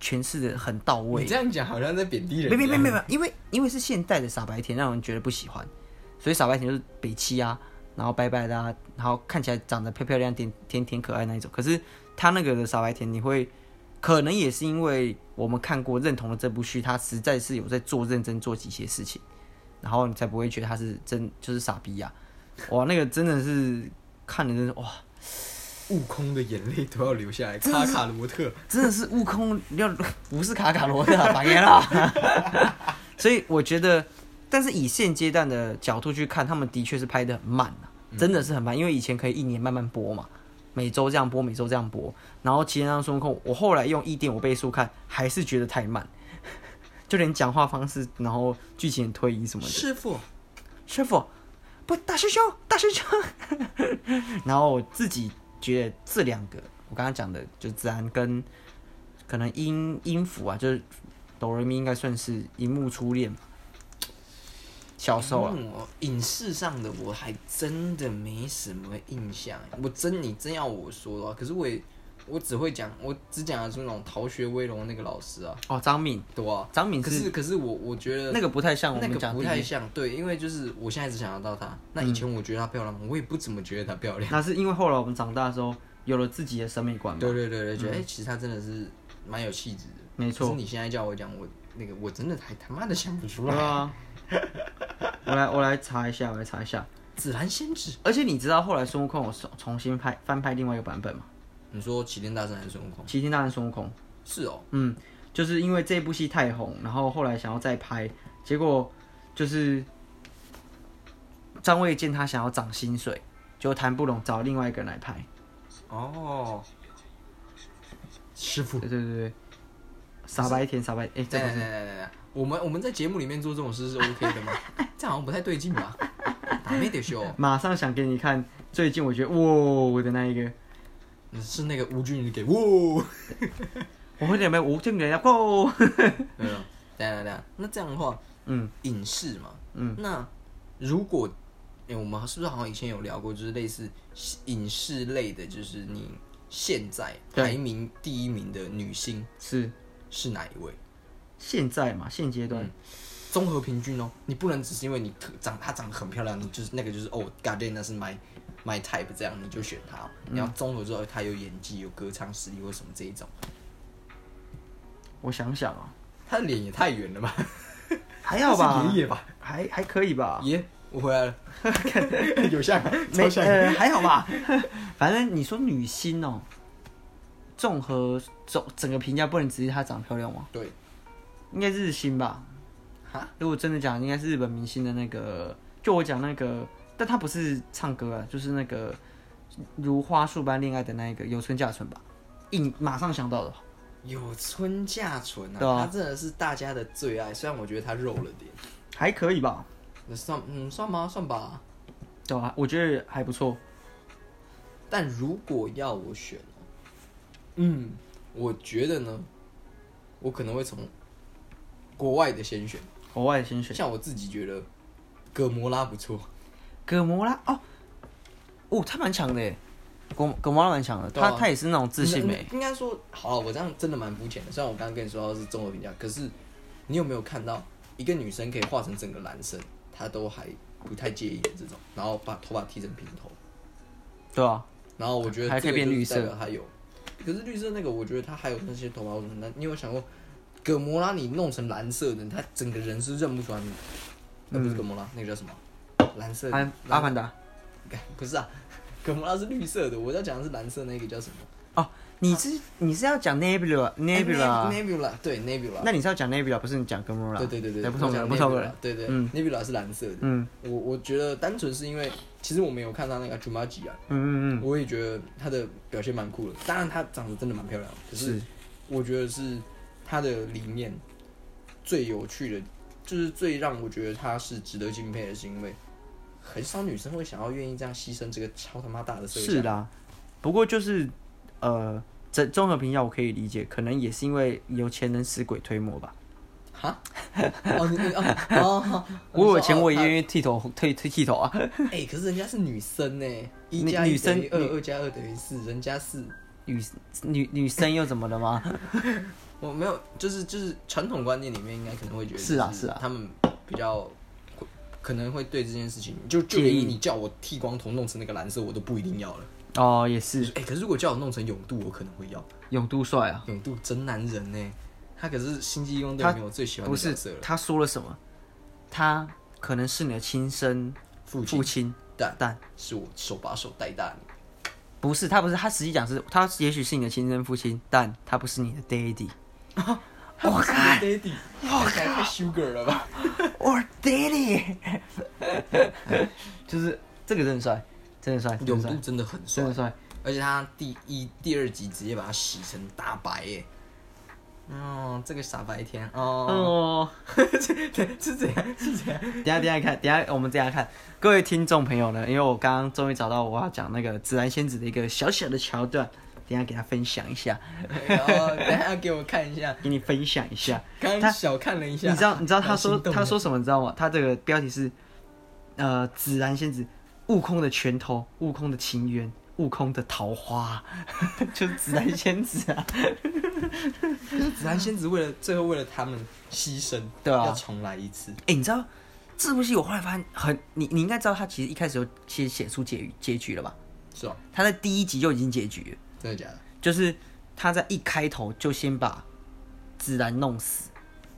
Speaker 2: 诠释的很到位
Speaker 1: 你这。样讲好像在贬低人。
Speaker 2: 没没没没没，，因为因为是现代的傻白甜，让人觉得不喜欢，所以傻白甜就是北七啊，然后白白的啊，然后看起来长得漂漂亮亮、甜甜可爱那一种。可是他那个的傻白甜，你会可能也是因为我们看过认同了这部剧，他实在是有在做认真做几些事情，然后你才不会觉得他是真就是傻逼呀、哇，那个真的是看的真是哇，
Speaker 1: 悟空的眼泪都要流下来。卡卡罗特，
Speaker 2: 真的是悟空要不是卡卡罗特啊，白眼啦。 所以我觉得，但是以现阶段的角度去看，他们的确是拍的很慢、啊、真的是很慢，因为以前可以一年慢慢播嘛，每周这样播，每周这样播。然后《齐天大圣孙悟空》，我后来用一点五倍速看，还是觉得太慢， 就连讲话方式，然后剧情推移什么的，
Speaker 1: 师傅，
Speaker 2: 师傅，不，大师兄，大师兄。 然后我自己觉得这两个，我刚刚讲的，就自然跟可能音音符啊，就是哆瑞咪应该算是荧幕初恋吧，小时候啊，
Speaker 1: 嗯我影视上的我还真的没什么印象。我真你真要我说的话，可是我也我只会讲，我只讲得出那种《逃学威龙》那个老师啊，
Speaker 2: 哦，张敏，
Speaker 1: 对啊。
Speaker 2: 张敏
Speaker 1: 可
Speaker 2: 是呃
Speaker 1: 是可是我我觉得
Speaker 2: 那个不太像我
Speaker 1: 那
Speaker 2: 们
Speaker 1: 个
Speaker 2: 讲
Speaker 1: 不
Speaker 2: 的
Speaker 1: 太
Speaker 2: 第一，
Speaker 1: 像，对，因为就是我现在只想得到她。那以前我觉得她漂亮，我也不怎么觉得她漂亮。
Speaker 2: 那是因为后来我们长大的时候有了自己的审美观嘛，
Speaker 1: 对对对对，
Speaker 2: 嗯
Speaker 1: 觉得哎、其实她真的是蛮有气质的。
Speaker 2: 没
Speaker 1: 可
Speaker 2: 错
Speaker 1: 是，你现在叫我讲，我那个我真的还他妈的想不出
Speaker 2: 对
Speaker 1: 来。
Speaker 2: 啊。我来我来查一下，我来查一下。
Speaker 1: 紫兰仙子，
Speaker 2: 而且你知道后来孙悟空有重重新拍翻拍另外一个版本吗？
Speaker 1: 你说齐天大圣还是孙悟空？
Speaker 2: 《齐天大圣孙悟空》。
Speaker 1: 是哦，
Speaker 2: 嗯，就是因为这部戏太红，然后后来想要再拍，结果就是张卫健他想要涨薪水，就谈不拢，找另外一个人来拍。
Speaker 1: 哦，师傅，
Speaker 2: 对对对对，傻白甜傻白，哎、这
Speaker 1: 来
Speaker 2: 不
Speaker 1: 来
Speaker 2: 是
Speaker 1: 来来来来，我们我们在节目里面做这种事是 OK 的吗？ 这样好像不太对劲吧？打没得哦修，
Speaker 2: 马上想给你看。最近我觉得哇的那一个，
Speaker 1: 是那个吴君如给哇。
Speaker 2: 我会点没我就人家 哇，
Speaker 1: 对啊，等一下等一下，那这样的话，
Speaker 2: 嗯，
Speaker 1: 影视嘛，
Speaker 2: 嗯，
Speaker 1: 那如果，哎、我们是不是好像以前有聊过，就是类似影视类的，就是你现在
Speaker 2: 对
Speaker 1: 排名第一名的女星
Speaker 2: 是
Speaker 1: 是哪一位？
Speaker 2: 现在嘛，现阶
Speaker 1: 嗯
Speaker 2: 段、
Speaker 1: 综合平均哦，你不能只是因为你特长她长得很漂亮，你就是那个就是哦，God damn，那是 my my type 这样你就选她、哦，你要综合之后她有演技、有歌唱实力或什么这一种，
Speaker 2: 我想想啊，
Speaker 1: 她的脸也太圆了吧？
Speaker 2: 还好吧，
Speaker 1: 是爷爷吧？
Speaker 2: 还还可以吧，
Speaker 1: 爷，我回来了， 有像吗，
Speaker 2: 没
Speaker 1: 超像的。
Speaker 2: 呃还好 吧，反正你说女星哦，综合总整个评价不能只是她长得漂亮吗？
Speaker 1: 对，
Speaker 2: 应该日星吧。
Speaker 1: 哈，
Speaker 2: 如果真的讲，应该是日本明星的那个，就我讲那个，但她不是唱歌啊，就是那个如花束般恋爱的那一个有村架纯吧，一马上想到的，
Speaker 1: 有村架纯
Speaker 2: 对啊
Speaker 1: 啊，他真的是大家的最爱。虽然我觉得他肉了点，
Speaker 2: 还可以吧？
Speaker 1: 那算嗯算吗？算吧。
Speaker 2: 对啊，我觉得还不错。
Speaker 1: 但如果要我选，嗯，我觉得呢，我可能会从国外的先选。
Speaker 2: 国外的先选
Speaker 1: 像我自己觉得，葛摩拉不错，
Speaker 2: 葛摩拉哦，哦，她蛮强的耶，葛葛摩拉蛮强的，
Speaker 1: 对啊
Speaker 2: 她她也是那种自信美
Speaker 1: 应。应该说，好了，我这样真的蛮肤浅的。虽然我刚刚跟你说到是综合评价，可是你有没有看到一个女生可以化成整个男生，她都还不太介意的这种，然后把头发剃成平头？
Speaker 2: 对啊，
Speaker 1: 然后我觉得
Speaker 2: 还可以变绿色
Speaker 1: 这个就是代表它有。可是绿色那个，我觉得它还有那些头发或什么的，你有想过，葛摩拉你弄成蓝色的，他整个人是认不出来你。那、不是葛摩
Speaker 2: 嗯
Speaker 1: 拉，那个叫什么？蓝色的。
Speaker 2: 阿阿凡达
Speaker 1: 干 不是啊，葛摩拉是绿色的，我要讲的是蓝色那个叫什么
Speaker 2: 哦，你
Speaker 1: 啊
Speaker 2: 是你是要讲 Nebula
Speaker 1: n
Speaker 2: Nebula，
Speaker 1: e b u l a 对 Nebula。
Speaker 2: 那你是要讲 Nebula，不是你讲 g a m o r a
Speaker 1: 对对对对，
Speaker 2: 哎不同人
Speaker 1: 我
Speaker 2: 不
Speaker 1: 讲
Speaker 2: 同
Speaker 1: Nebula，
Speaker 2: 人，
Speaker 1: 对对
Speaker 2: 嗯
Speaker 1: ，Nebula 是蓝色的。
Speaker 2: 嗯
Speaker 1: 我我觉得单纯是因为，其实我没有看到那个 j u m a j i 啊，
Speaker 2: 嗯嗯嗯，
Speaker 1: 我也觉得她的表现蛮酷的。当然，她长得真的蛮漂亮的，可是
Speaker 2: 是
Speaker 1: 我觉得是她的理念最有趣的，就是最让我觉得她是值得敬佩的，是因为很少女生会想要愿意这样牺牲这个超他妈大的社会价值
Speaker 2: 是啦，不过就是呃，整综合评价我可以理解，可能也是因为有钱能使鬼推磨吧。
Speaker 1: 哈？哦，你你哦哦，
Speaker 2: 我有钱我也
Speaker 1: 也
Speaker 2: 愿意剃头， 剃剃剃头啊！
Speaker 1: 哎、可是人家是女生呢，一
Speaker 2: 女
Speaker 1: 加一
Speaker 2: 女生
Speaker 1: 等于二，二加二等于四，人家是，
Speaker 2: 女女女生又怎么 了吗？
Speaker 1: 我没有，就是就是传统观念里面应该可能会觉得
Speaker 2: 是啊
Speaker 1: 就是
Speaker 2: 啊
Speaker 1: 他们比较会可能会对这件事情就就
Speaker 2: 介
Speaker 1: 连
Speaker 2: 意
Speaker 1: 你叫我剃光头弄成那个蓝色，我都不一定要了。
Speaker 2: 哦，也是，
Speaker 1: 哎、可是如果叫我弄成永度，我可能会要。
Speaker 2: 永都帅啊！
Speaker 1: 永度真男人呢，他可是星际义工队
Speaker 2: 他
Speaker 1: 里面我最喜欢
Speaker 2: 不
Speaker 1: 的角
Speaker 2: 是
Speaker 1: 色了，
Speaker 2: 他说了什么？他可能是你的亲生
Speaker 1: 父亲
Speaker 2: 父亲，
Speaker 1: 但
Speaker 2: 但
Speaker 1: 是我手把手带大你。
Speaker 2: 不是他，不是他，实际讲是他，也许是你的亲生父亲，但他不是你的 daddy。我靠，
Speaker 1: ，Daddy，我靠，太 sugar 了吧？
Speaker 2: 我 daddy，就是这个真的帅，真的帅，真
Speaker 1: 永
Speaker 2: 的
Speaker 1: 度
Speaker 2: 帅，
Speaker 1: 真的很帅
Speaker 2: 真，的帅。
Speaker 1: 而且他第一、第二集直接把他洗成大白耶。哦，这个傻白甜哦，
Speaker 2: 哦，
Speaker 1: 是这样，是这样。
Speaker 2: 等一下等一下看，等一下我们等一下看，各位听众朋友呢，因为我刚刚终于找到我要讲那个《自然仙子》的一个小小的桥段，等一下给他分享一下，
Speaker 1: 然后等一下给我看一下，
Speaker 2: 给你分享一下。
Speaker 1: 刚刚小看了一下，
Speaker 2: 你 知道你知道他说
Speaker 1: 蛮心动的
Speaker 2: 他说什么？你知道吗？他这个标题是，呃，紫然仙子，悟空的拳头，悟空的情缘，悟空的桃花， 就是紫然仙子啊。
Speaker 1: 紫兰仙子为了最后为了他们牺牲，
Speaker 2: 对啊
Speaker 1: 要重来一次。
Speaker 2: 哎、你知道这部戏我后来发现很，你你应该知道他其实一开始就先写出结结局了吧？
Speaker 1: 是吧？
Speaker 2: 他在第一集就已经结局了，
Speaker 1: 真的假的？
Speaker 2: 就是他在一开头就先把紫然弄死。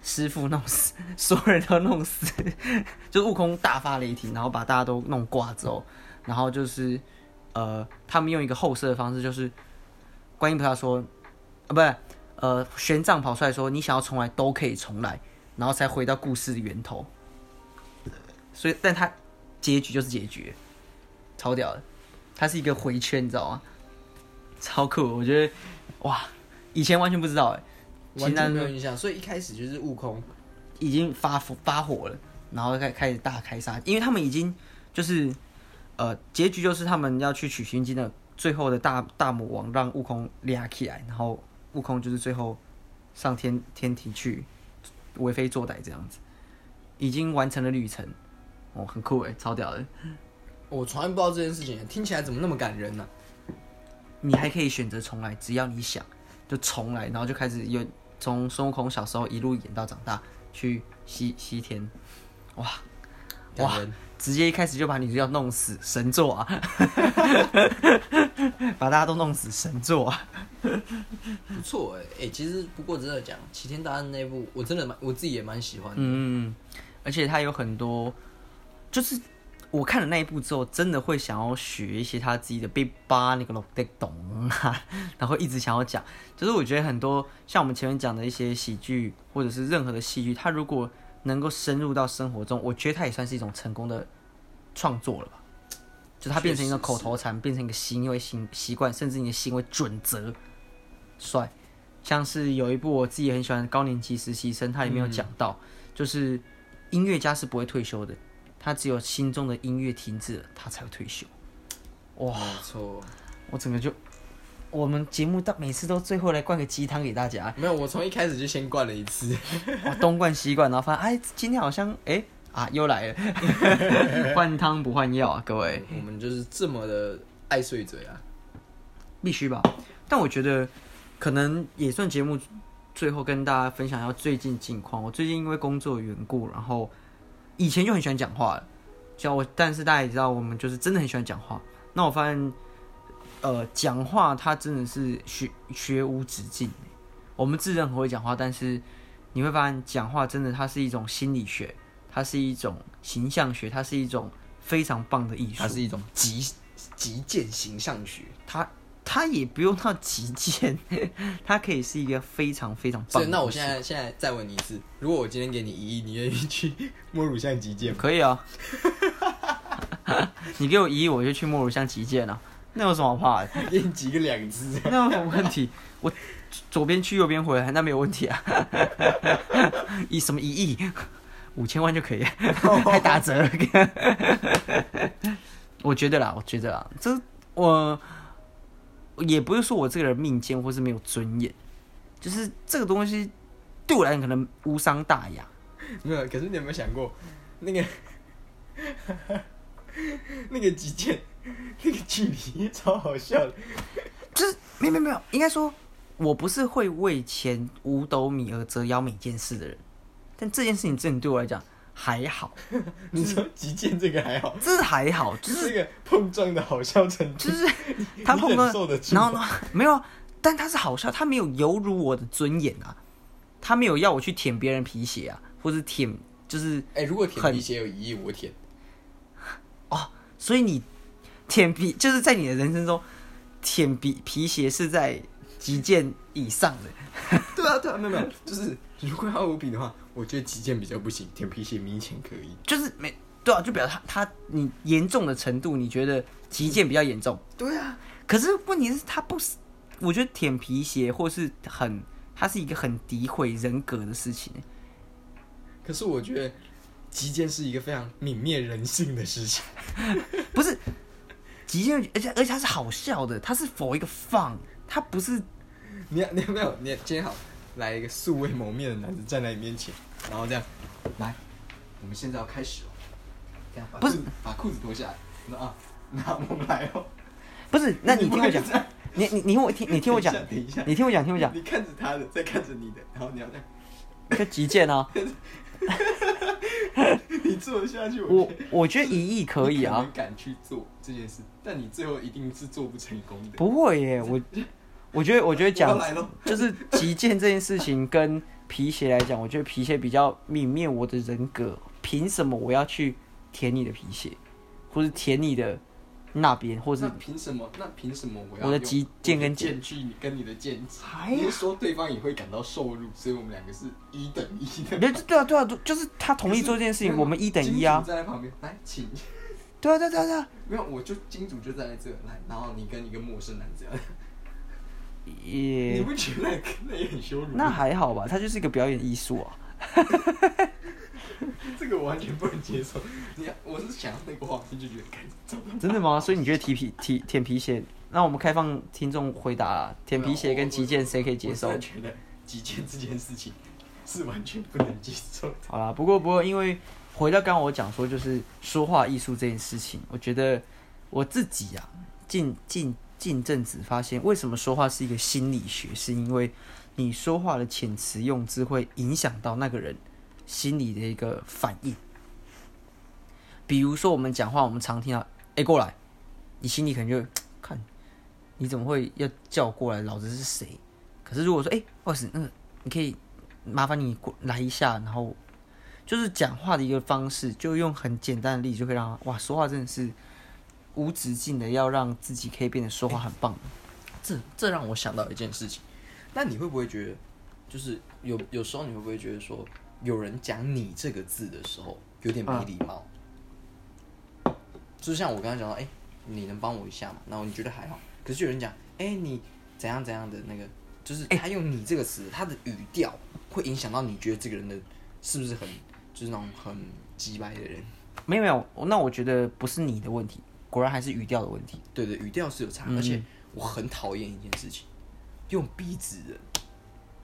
Speaker 2: 师傅弄死， 所有人都弄死， 就悟空大发雷霆，然后把大家都弄挂之后，然后就是呃，他们用一个后设的方式，就是观音菩萨说，啊，不是，呃，玄奘跑出来说，你想要重来都可以重来，然后才回到故事的源头。所以，但他结局就是结局，超屌的，它是一个回圈，你知道吗？超酷，我觉得哇，以前完全不知道哎、欸，
Speaker 1: 完
Speaker 2: 其他
Speaker 1: 全
Speaker 2: 人
Speaker 1: 没
Speaker 2: 都
Speaker 1: 有印象。所以一开始就是悟空，
Speaker 2: 已经发火发火了，然后开开始大开杀，因为他们已经就是呃，结局就是他们要去取经经的最后的大大魔王让悟空俩起来，然后悟空就是最后上天天庭去为非作歹这样子，已经完成了旅程，哦，很酷诶，超屌的！
Speaker 1: 我从来不知道这件事情，听起来怎么那么感人呢、
Speaker 2: 你还可以选择重来，只要你想就重来，然后就开始有从孙悟空小时候一路演到长大去西西天，哇！
Speaker 1: 感人。
Speaker 2: 直接一开始就把女主角弄死，神作啊！把大家都弄死，神作啊！
Speaker 1: 不错哎、哎、其实不过真的讲《齐天大圣》那部，我真的蛮我自己也蛮喜欢的。
Speaker 2: 嗯，而且他有很多，就是我看了那一部之后，真的会想要学一些他自己的 big 八那个 l o c 懂啊， 然后一直想要讲。就是我觉得很多像我们前面讲的一些喜剧，或者是任何的戏剧，它如果能够深入到生活中，我觉得它也算是一种成功的创作了吧。就它变成一个
Speaker 1: 确实是
Speaker 2: 口头禅，变成一个行为行习惯，甚至你的行为准则，帅。像是有一部我自己很喜欢的《高年级实习生》，它里面有讲到，就是音乐家是不会退休的，他只有心中的音乐停滞了，他才会退休。哇，
Speaker 1: 没错，
Speaker 2: 我整个就，我们节目到每次都最后来灌个鸡汤给大家，
Speaker 1: 没有，我从一开始就先灌了一 次。
Speaker 2: 哇，东灌西灌，然后发现哎，今天好像哎啊又来了， 换汤不换药啊，各位。
Speaker 1: 我们就是这么的爱碎嘴啊。
Speaker 2: 必须吧。但我觉得可能也算节目最后跟大家分享一下最近近况。我最近因为工作的缘故，然后以前就很喜欢讲话了，像我，但是大家也知道，我们就是真的很喜欢讲话。那我发现，呃，讲话它真的是学学无止境。我们自认很会讲话，但是你会发现，讲话真的它是一种心理学，它是一种形象学，它是一种非常棒的艺术
Speaker 1: 它。是一种极极简形象学，
Speaker 2: 他他也不用到极简， 他可以是一个非常非常棒
Speaker 1: 所以
Speaker 2: 的。
Speaker 1: 那我现在现在再问你一次，如果我今天给你一亿，你愿意去摸乳像极 简吗？
Speaker 2: 可以啊， 你给我一亿，我就去莫如巷极简啊，那有什么好怕的？
Speaker 1: 给你极个两只，
Speaker 2: 那有什么问题？我 左边去右边回来，那没有问题啊。一什么一亿？五千万就可以，还打折。 我觉得啦，我觉得啦，这我也不是说我这个人命贱或是没有尊严，就是这个东西对我来讲可能无伤大雅。
Speaker 1: 没有，可是你有没有想过，那个 那个击剑，那个距离超好笑的。
Speaker 2: 就是没有没有没有，应该说我不是会为钱五斗米而折腰每件事的人，但这件事情真的对我来讲还好，
Speaker 1: 你说击剑这个还好，
Speaker 2: 这还好，就是
Speaker 1: 这个碰撞的好笑程度
Speaker 2: 就，是他碰
Speaker 1: 忍
Speaker 2: 到
Speaker 1: 受得，住
Speaker 2: 然后呢，没有啊，但他是好笑，他没有有辱我的尊严啊，他没有要我去舔别人皮鞋啊，或者舔就是
Speaker 1: 哎、如果舔
Speaker 2: 很
Speaker 1: 皮鞋有一亿，我舔。
Speaker 2: 哦，所以你舔皮就是在你的人生中，舔皮皮鞋是在极限以上的。
Speaker 1: 对啊，对啊，没有没有， 就是如果要我比的话，我觉得击剑比较不行，舔皮鞋明显可以。
Speaker 2: 就是没对啊，就表示他他你严重的程度，你觉得极限比较严重。
Speaker 1: 对啊，
Speaker 2: 可是问题是，他不是，我觉得舔皮鞋或是很，它是一个很诋毁人格的事情。
Speaker 1: 可是我觉得击剑是一个非常泯灭人性的事情。
Speaker 2: 不是极限，而且而且它是好笑的，它是否一个放，它不是
Speaker 1: 你你有没有？你今天好，来一个素未谋面的男子站在你面前，然后这样，来，我们现在要开始哦。这样把
Speaker 2: 不是
Speaker 1: 裤子把裤子脱下来，那 啊，那我们来哦。
Speaker 2: 不是？那你
Speaker 1: 不
Speaker 2: 听
Speaker 1: 会
Speaker 2: 我讲
Speaker 1: 这，样
Speaker 2: 你你你听我听你听我讲
Speaker 1: 等一下等一下，
Speaker 2: 你听我讲，听我 讲，
Speaker 1: 你看着他的，再看着你的，然后你要这样，
Speaker 2: 这极限啊，
Speaker 1: 你做得下去，我
Speaker 2: 我
Speaker 1: 觉得
Speaker 2: 我觉得一亿可以
Speaker 1: 你
Speaker 2: 啊
Speaker 1: 能，敢去做这件事，但你最后一定是做不成功的。
Speaker 2: 不会耶，我我觉得我觉得
Speaker 1: 我
Speaker 2: 讲
Speaker 1: 要来咯
Speaker 2: 就是击剑这件事情跟皮鞋来讲，我觉得皮鞋比较泯灭我的人格，凭什么我要去舔你的皮鞋，或是舔你的那边，或是
Speaker 1: 那凭什么？那凭什么我要
Speaker 2: 我的
Speaker 1: 用
Speaker 2: 击
Speaker 1: 我的
Speaker 2: 剑跟剑
Speaker 1: 剑去跟你的剑击？
Speaker 2: 哎呀
Speaker 1: 你是说对方也会感到受辱，所以我们两个是一等一 的。
Speaker 2: 对对啊对啊，对就是他同意做这件事情，我们一等一
Speaker 1: 金
Speaker 2: 啊
Speaker 1: 主，站在旁边，来，请。
Speaker 2: 对啊对啊对啊对啊，
Speaker 1: 没有，我就金主就站在这，来，然后你跟一个陌生男子， 你
Speaker 2: 也
Speaker 1: 不觉得那也很羞辱吗？
Speaker 2: 那还好吧，他就是一个表演艺术啊。
Speaker 1: 这个我完全不能接受。你看，我是想要那个画面就觉得该怎么办？
Speaker 2: 真的吗？所以你觉得提皮提舔皮鞋？那我们开放听众回答啦，舔皮鞋跟击剑谁可以接受
Speaker 1: 我真？的觉得击剑这件事情是完全不能接受的。
Speaker 2: 好啦，不过不过，因为回到刚刚我讲说，就是说话艺术这件事情，我觉得我自己啊，近近近阵子发现，为什么说话是一个心理学，是因为你说话的遣词用字会影响到那个人心理的一个反应。比如说我们讲话，我们常听到“哎、过来”，你心里可能就看你怎么会要叫我过来，老子是谁？可是如果说“哎、不好意思，那个你可以麻烦你过来一下”，然后就是讲话的一个方式，就用很简单的例子就可以让他哇，说话真的是无止境的，要让自己可以变得说话很棒。
Speaker 1: 这这让我想到一件事情，但你会不会觉得，就是有有时候你会不会觉得说，有人讲“你”这个字的时候有点没礼貌？就像我刚才讲到，哎、你能帮我一下吗？然后你觉得还好，可是有人讲，哎、你怎样怎样的那个，就是他用“你”这个词，他的语调会影响到你觉得这个人的是不是很就是那种很鸡掰的人？
Speaker 2: 没有没有，那我觉得不是你的问题，果然还是语调的问题。
Speaker 1: 对对，语调是有差，而且我很讨厌一件事情，用逼指人。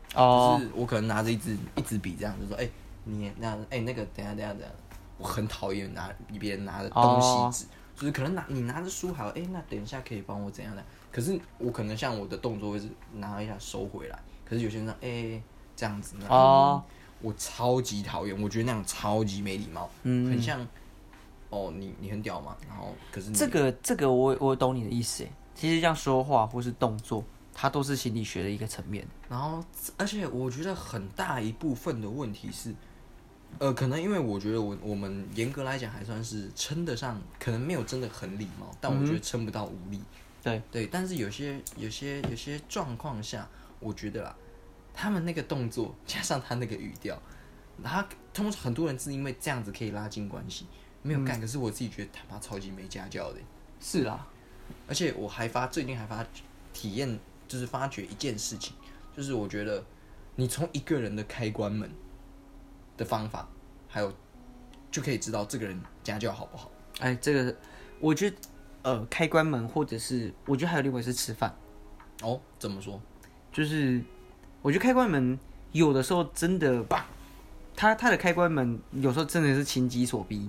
Speaker 1: 就
Speaker 2: 哦，
Speaker 1: 是我可能拿着一支一支笔这样，就说：“哎、你那样，哎、那个等一下等一下等一下。”我很讨厌拿别人拿的东
Speaker 2: 哦
Speaker 1: 西纸就是可能拿你拿着书还有，哎、那等一下可以帮我怎样的？可是我可能像我的动作会是拿一下收回来，可是有些人说：“哎、这样子。”那
Speaker 2: 哦，
Speaker 1: 我超级讨厌，我觉得那样超级没礼貌，
Speaker 2: 嗯
Speaker 1: 很像哦，你你很屌嘛，然后可是你
Speaker 2: 这个这个我我懂你的意思诶。其实像说话或是动作，它都是心理学的一个层面。
Speaker 1: 然后，而且我觉得很大一部分的问题是，呃，可能因为我觉得我我们严格来讲还算是称得上，可能没有真的很礼貌，但我觉得称不到无礼。
Speaker 2: 对
Speaker 1: 对，但是有些有些有些状况下，我觉得啦，他们那个动作加上他那个语调，他通常很多人是因为这样子可以拉近关系，没有干。可是我自己觉得他妈超级没家教的。
Speaker 2: 是啦，
Speaker 1: 而且我还发最近还发体验，就是发觉一件事情，就是我觉得你从一个人的开关门的方法，还有就可以知道这个人家教好不好。
Speaker 2: 哎，这个我觉得，呃，开关门或者是我觉得还有另外是吃饭，
Speaker 1: 哦，怎么说？
Speaker 2: 就是我觉得开关门有的时候真的，它它的开关门有时候真的是情急所逼，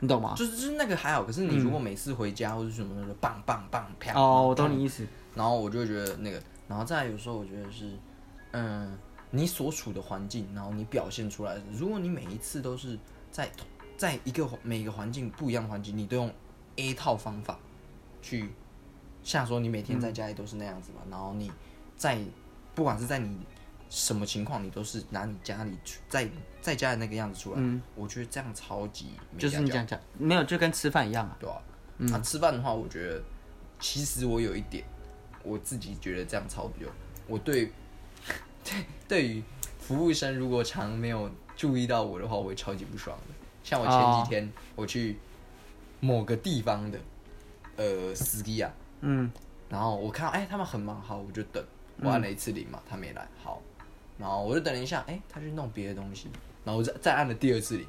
Speaker 2: 你懂吗？
Speaker 1: 就是就是那个还好，可是你如果每次回家或者什么的，棒棒棒啪，
Speaker 2: 嗯哦，我懂你意思。
Speaker 1: 然后我就会觉得那个，然后再来有时候我觉得是，嗯，你所处的环境，然后你表现出来的，如果你每一次都是在同在一个环每个环境不一样的环境，你都用 A 套方法去下说你每天在家里都是那样子嘛，然后你在不管是在你什么情况，你都是拿你家里去在在家的那个样子出来，我觉得这样超级没
Speaker 2: 嗯就是
Speaker 1: 家
Speaker 2: 你
Speaker 1: 教
Speaker 2: 讲讲，没有，就跟吃饭一样啊。
Speaker 1: 对啊，啊，吃饭的话，我觉得其实我有一点，我自己觉得这样超丢。我对对对于服务生如果常没有注意到我的话，我会超级不爽的。像我前
Speaker 2: 哦
Speaker 1: 几天我去某个地方的呃斯基亚，
Speaker 2: 嗯，
Speaker 1: 然后我看到哎、他们很忙，好我就等，我按了一次铃嘛，他没来，好，然后我就等了一下，哎、他去弄别的东西，然后我再再按了第二次铃，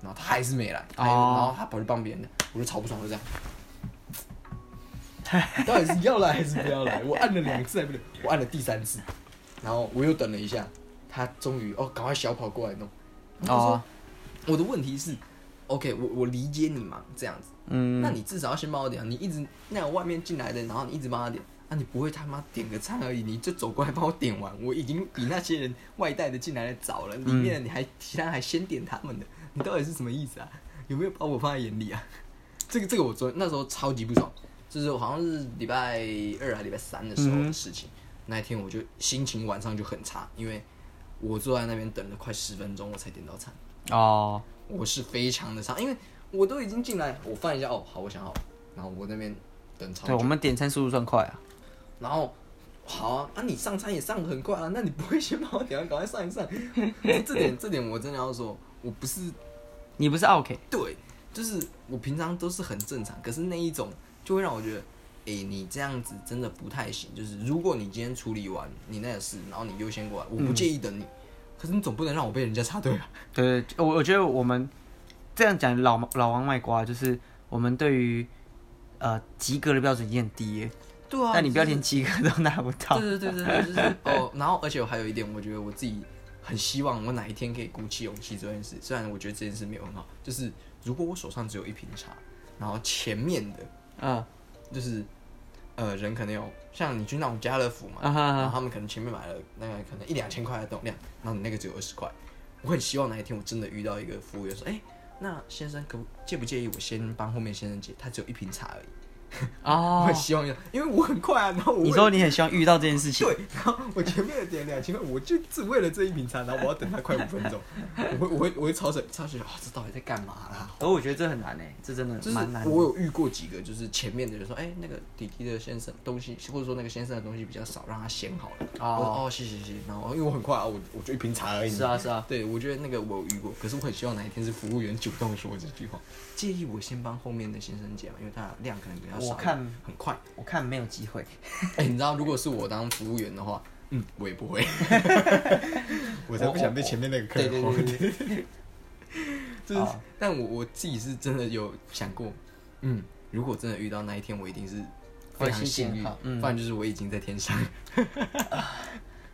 Speaker 1: 然后他还是没来，他也
Speaker 2: 哦
Speaker 1: 然后他跑去帮别人的，我就超不爽，我就这样，到底是要来还是不要来？我按了两次还不能，我按了第三次，然后我又等了一下，他终于哦赶快小跑过来弄，然后我
Speaker 2: 哦
Speaker 1: 说，我的问题是，OK 我我理解你嘛这样子。
Speaker 2: 嗯，
Speaker 1: 那你至少要先帮我点啊！你一直那种外面进来的，然后你一直帮他点，那、你不会他妈点个餐而已，你就走过来帮我点完，我已经比那些人外带的进来的早了，里面的你还其他人还先点他们的，你到底是什么意思啊？有没有把我放在眼里啊？这个这个我昨那时候超级不爽，就是好像是礼拜二还礼拜三的时候的事情，那一天我就心情晚上就很差，因为我坐在那边等了快十分钟，我才点到餐。
Speaker 2: 哦，
Speaker 1: 我是非常的差，因为我都已经进来，我放一下哦，好，我想好，然后我那边等超
Speaker 2: 对，我
Speaker 1: 久，
Speaker 2: 们点餐速度算快啊。
Speaker 1: 然后好啊，啊你上餐也上的很快啊，那你不会先帮我点完，赶快上一 上？这点这点我真的要说，我不是
Speaker 2: 你不是 OK？
Speaker 1: 对，就是我平常都是很正常，可是那一种就会让我觉得。哎、你这样子真的不太行。就是如果你今天处理完你那个事，然后你优先过来，我不介意等
Speaker 2: 嗯
Speaker 1: 你。可是你总不能让我被人家插队啊。
Speaker 2: 对，我我觉得我们这样讲老老王卖瓜，就是我们对于呃及格的标准已经很低耶，
Speaker 1: 对啊
Speaker 2: 但你不要
Speaker 1: 就是
Speaker 2: 连及格都拿不到。
Speaker 1: 对对对对，对，就是哦。然后，而且我还有一点，我觉得我自己很希望我哪一天可以鼓起勇气这件事。虽然我觉得这件事没有很好，就是如果我手上只有一瓶茶，然后前面的
Speaker 2: 嗯
Speaker 1: 就是呃人可能有像你去那种家乐福嘛，
Speaker 2: 啊哈
Speaker 1: 然后
Speaker 2: 哈，
Speaker 1: 他们可能前面买了那个可能一两千块的总量，然后你那个只有二十块。我很希望哪一天我真的遇到一个服务员说，哎、那先生可不介不介意我先帮后面先生结？他只有一瓶茶而已。我
Speaker 2: 哦
Speaker 1: 很，希望有，因为我很快啊，然后我为
Speaker 2: 你
Speaker 1: 了
Speaker 2: 说你很希望遇到这件事情，
Speaker 1: 对，然后我前面的点两千块，我就只为了这一瓶茶，然后我要等他快五分 钟，我会我会我会超神超神啊！这到底在干嘛啦？
Speaker 2: 而我觉得这很难诶，这真
Speaker 1: 就
Speaker 2: 的
Speaker 1: 是
Speaker 2: 蛮难的。
Speaker 1: 我有遇过几个，就是前面的人说，哎、那个弟弟的先生东西，或者说那个先生的东西比较少，让他先好了。
Speaker 2: 哦
Speaker 1: 我说哦，谢谢谢谢。然后因为我很快啊，我我就一瓶茶而已。
Speaker 2: 是啊是啊，
Speaker 1: 对，我觉得那个我有遇过，可是我很希望哪一天是服务员主动说这句话，建议我先帮后面的先生解嘛，因为他的量可能比较少一点，
Speaker 2: 我看
Speaker 1: 很快。
Speaker 2: 我看没有机会。
Speaker 1: 哎、你知道，如果是我当服务员的话，嗯，我也不会， 我才不想被前面那个客
Speaker 2: 对
Speaker 1: 人
Speaker 2: 对
Speaker 1: 晃。
Speaker 2: 对对，
Speaker 1: 就是
Speaker 2: 啊，
Speaker 1: 但我我自己是真的有想过，嗯，如果真的遇到那一天，我一定是非常幸
Speaker 2: 会心情
Speaker 1: 运
Speaker 2: 好，嗯
Speaker 1: 不然就是我已经在天 上。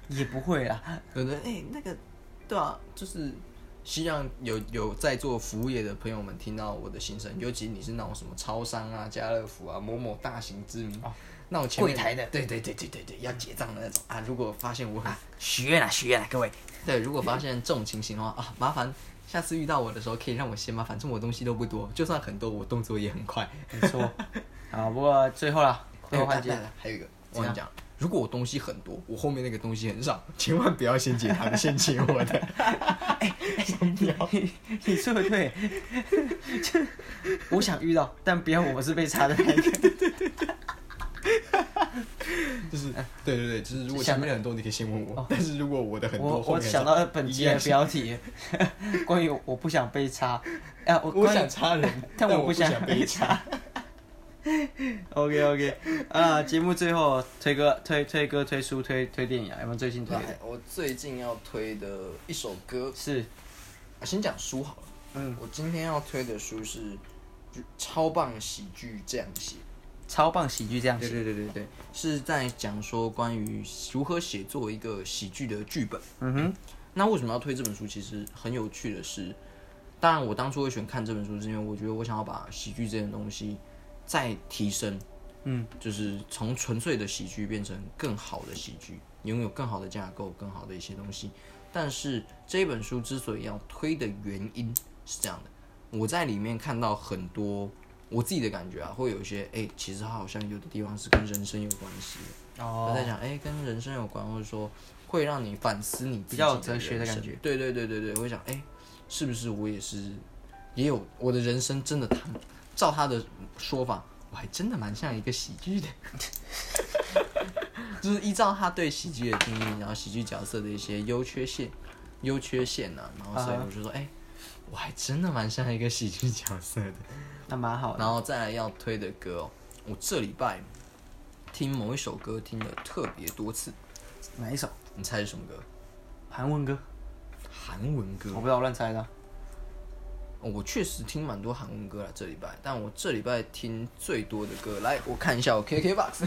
Speaker 2: 也不会啦。
Speaker 1: 有的哎、那个，对啊，就是希望有有在做服务业的朋友们听到我的心声，尤其你是那种什么超商啊、家乐福啊、某某大型知名、那种前面
Speaker 2: 哦柜台的
Speaker 1: 对对对对对对，要结账的那种啊。如果发现我很
Speaker 2: 许愿啦，许愿啦，各位。
Speaker 1: 对，如果发现这种情形的话啊，麻烦下次遇到我的时候可以让我先吗？反正我东西都不多，就算很多，我动作也很快。
Speaker 2: 没错。好，不过最后啦，最后环节
Speaker 1: 哎来，来还有一个，我跟你讲，如果我东西很多，我后面那个东西很少， 千万不要先解他的，先解我的。
Speaker 2: 你 你说的对，就我想遇到，但不要我是被插的那一个。
Speaker 1: 就是，
Speaker 2: 哎
Speaker 1: 对对对，就是如果前面的很多，你可以先问我。但是如果我的很
Speaker 2: 哦我
Speaker 1: 多，后
Speaker 2: 我
Speaker 1: 面很
Speaker 2: 想
Speaker 1: 少
Speaker 2: 到本集
Speaker 1: 一
Speaker 2: 的
Speaker 1: 样是
Speaker 2: 标题， 关于我不想被插，啊，我
Speaker 1: 我
Speaker 2: 关
Speaker 1: 想
Speaker 2: 于
Speaker 1: 插人，
Speaker 2: 但
Speaker 1: 我
Speaker 2: 我不想
Speaker 1: 被
Speaker 2: 被 插。OK OK，啊，节目最后推歌推推歌推书推推电影啊，有没有最近推的？
Speaker 1: 来，我最近要推的一首歌，
Speaker 2: 是，
Speaker 1: 先讲书好了。嗯，我今天要推的书是《超棒喜剧这样写》。
Speaker 2: 超棒喜剧这样
Speaker 1: 对
Speaker 2: 写，
Speaker 1: 对对对对，是在讲说关于如何写作一个喜剧的剧本。
Speaker 2: 嗯哼，
Speaker 1: 那为什么要推这本书？其实很有趣的是，当然我当初会选看这本书，是因为我觉得我想要把喜剧这件东西再提升，
Speaker 2: 嗯，
Speaker 1: 就是从纯粹的喜剧变成更好的喜剧，拥有更好的架构、更好的一些东西。但是这本书之所以要推的原因是这样的，我在里面看到很多我自己的感觉啊，会有一些哎、诶其实它好像有的地方是跟人生有关系的。我在
Speaker 2: 哦，
Speaker 1: 讲，哎、跟人生有关，或者说会让你反思你自己
Speaker 2: 比较有哲学的
Speaker 1: 人生
Speaker 2: 感觉。
Speaker 1: 对对对对对，我会想，哎、是不是我也是，也有我的人生真的他，照他的说法，我还真的蛮像一个喜剧的， 就是依照他对喜剧的定义，然后喜剧角色的一些优缺陷、优缺陷呢、然后所以
Speaker 2: 啊
Speaker 1: 我就说，哎、我还真的蛮像一个喜剧角色的。
Speaker 2: 那蛮好的，
Speaker 1: 然后再来要推的歌哦，我这礼拜听某一首歌听的特别多次，
Speaker 2: 哪一首？
Speaker 1: 你猜是什么歌？
Speaker 2: 韩文歌，
Speaker 1: 韩文歌
Speaker 2: 我。不知道，我乱猜的啊。
Speaker 1: 哦我确实听蛮多韩文歌了，这礼拜。但我这礼拜听最多的歌，来，我看一下我 KKBOX。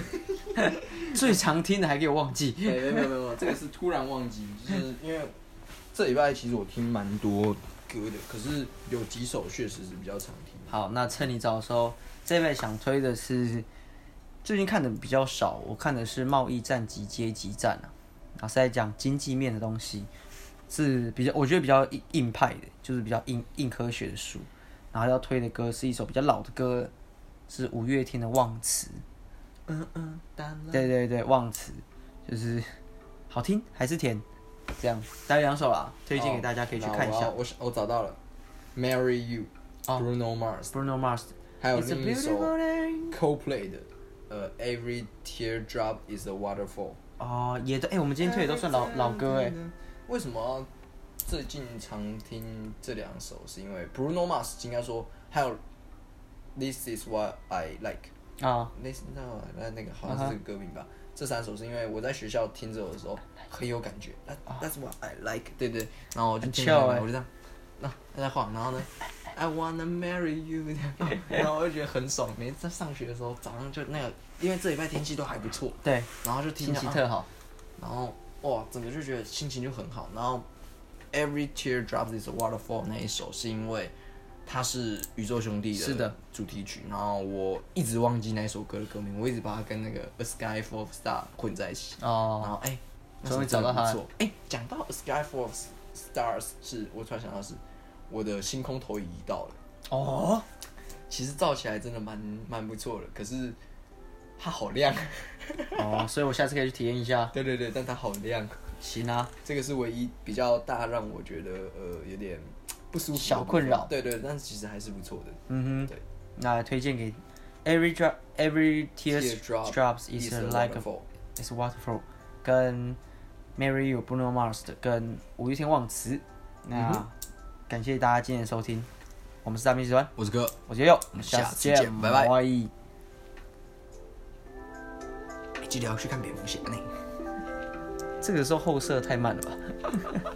Speaker 2: 最常听的还给我忘记，
Speaker 1: 没有没有没有，这个是突然忘记，就是因为这礼拜其实我听蛮多歌的，可是有几首确实是比较常听。
Speaker 2: 好，那趁你早的时候，这位想推的是最近看的比较少，我看的是《贸易战及阶级战》啊，然后是在讲经济面的东西，是比较我觉得比较硬硬派的，就是比较硬硬科学的书。然后要推的歌是一首比较老的歌，是五月天的《忘词
Speaker 1: 嗯嗯，当》。
Speaker 2: 对对对，《忘词》就是好听还是甜，这样大概两首啦，推荐给大家可以去看一下。
Speaker 1: 哦我是我找到了，Marry You，Bruno Mars，
Speaker 2: Bruno Mars，
Speaker 1: 还有
Speaker 2: It's a
Speaker 1: 另一首
Speaker 2: beautiful day
Speaker 1: Coldplay 的，呃，Every Teardrop Is a Waterfall。
Speaker 2: 哦，也都哎、我们今天推的都算老老歌哎、
Speaker 1: 为什么要最近常听这两首？是因为 Bruno Mars 应该说，还有 This Is What I Like，
Speaker 2: 啊，
Speaker 1: 类似那那那个好像是这个歌名吧。这三首是因为我在学校听这首的时候很有感觉，That-，That's What I Like，对对。然后我就
Speaker 2: 啊很
Speaker 1: 听
Speaker 2: chill
Speaker 1: 了，
Speaker 2: 欸
Speaker 1: 我就这样，那他在晃，然后呢，I wanna marry you，然 后我就觉得很爽。每次在上学的时候，早上就那个，因为这礼拜天气都还不错，
Speaker 2: 对，
Speaker 1: 然后就听
Speaker 2: 心
Speaker 1: 着
Speaker 2: 情
Speaker 1: 啊
Speaker 2: 特好。
Speaker 1: 然后哇，整个就觉得心情就很好。然后《Every Teardrop Is a Waterfall》那一首是因为它是宇宙兄弟
Speaker 2: 是的
Speaker 1: 主题曲，然后我一直忘记那一首歌的歌名，我一直把它跟那个《A Sky Full of Star》混在一起。然
Speaker 2: 哦，
Speaker 1: 后哎，那
Speaker 2: 终于
Speaker 1: 首真的
Speaker 2: 找到它
Speaker 1: 不错。哎，讲到《A Sky Full of Stars》，是我突然想到是我的星空投影仪到了。
Speaker 2: 哦，
Speaker 1: 其实照起来真的蛮蛮不错的，可是它好 亮。
Speaker 2: 哦，所以我下次可以去体验一下。
Speaker 1: 对对对，但它好亮。
Speaker 2: 行啊，
Speaker 1: 这个是唯一比较大让我觉得呃有点不舒服的地方
Speaker 2: 小困扰
Speaker 1: 对对，但是其实还是不错的。
Speaker 2: 嗯哼
Speaker 1: 对，
Speaker 2: 那推荐给 Every drop Every tears
Speaker 1: Teardrop
Speaker 2: drops is a like a
Speaker 1: waterfall
Speaker 2: is a waterfall，跟 Mary You Bruno Mars 的跟五月天忘词。那、
Speaker 1: 嗯哼
Speaker 2: 感谢大家今天的收听，我们是大明集团，
Speaker 1: 我是哥，
Speaker 2: 我是佑，
Speaker 1: 们
Speaker 2: 我们
Speaker 1: 下
Speaker 2: 下
Speaker 1: 次
Speaker 2: 次
Speaker 1: 见
Speaker 2: 见，
Speaker 1: 拜拜
Speaker 2: 拜
Speaker 1: 记得要去看蝙蝠侠呢。
Speaker 2: 这个时候后摄太慢了吧？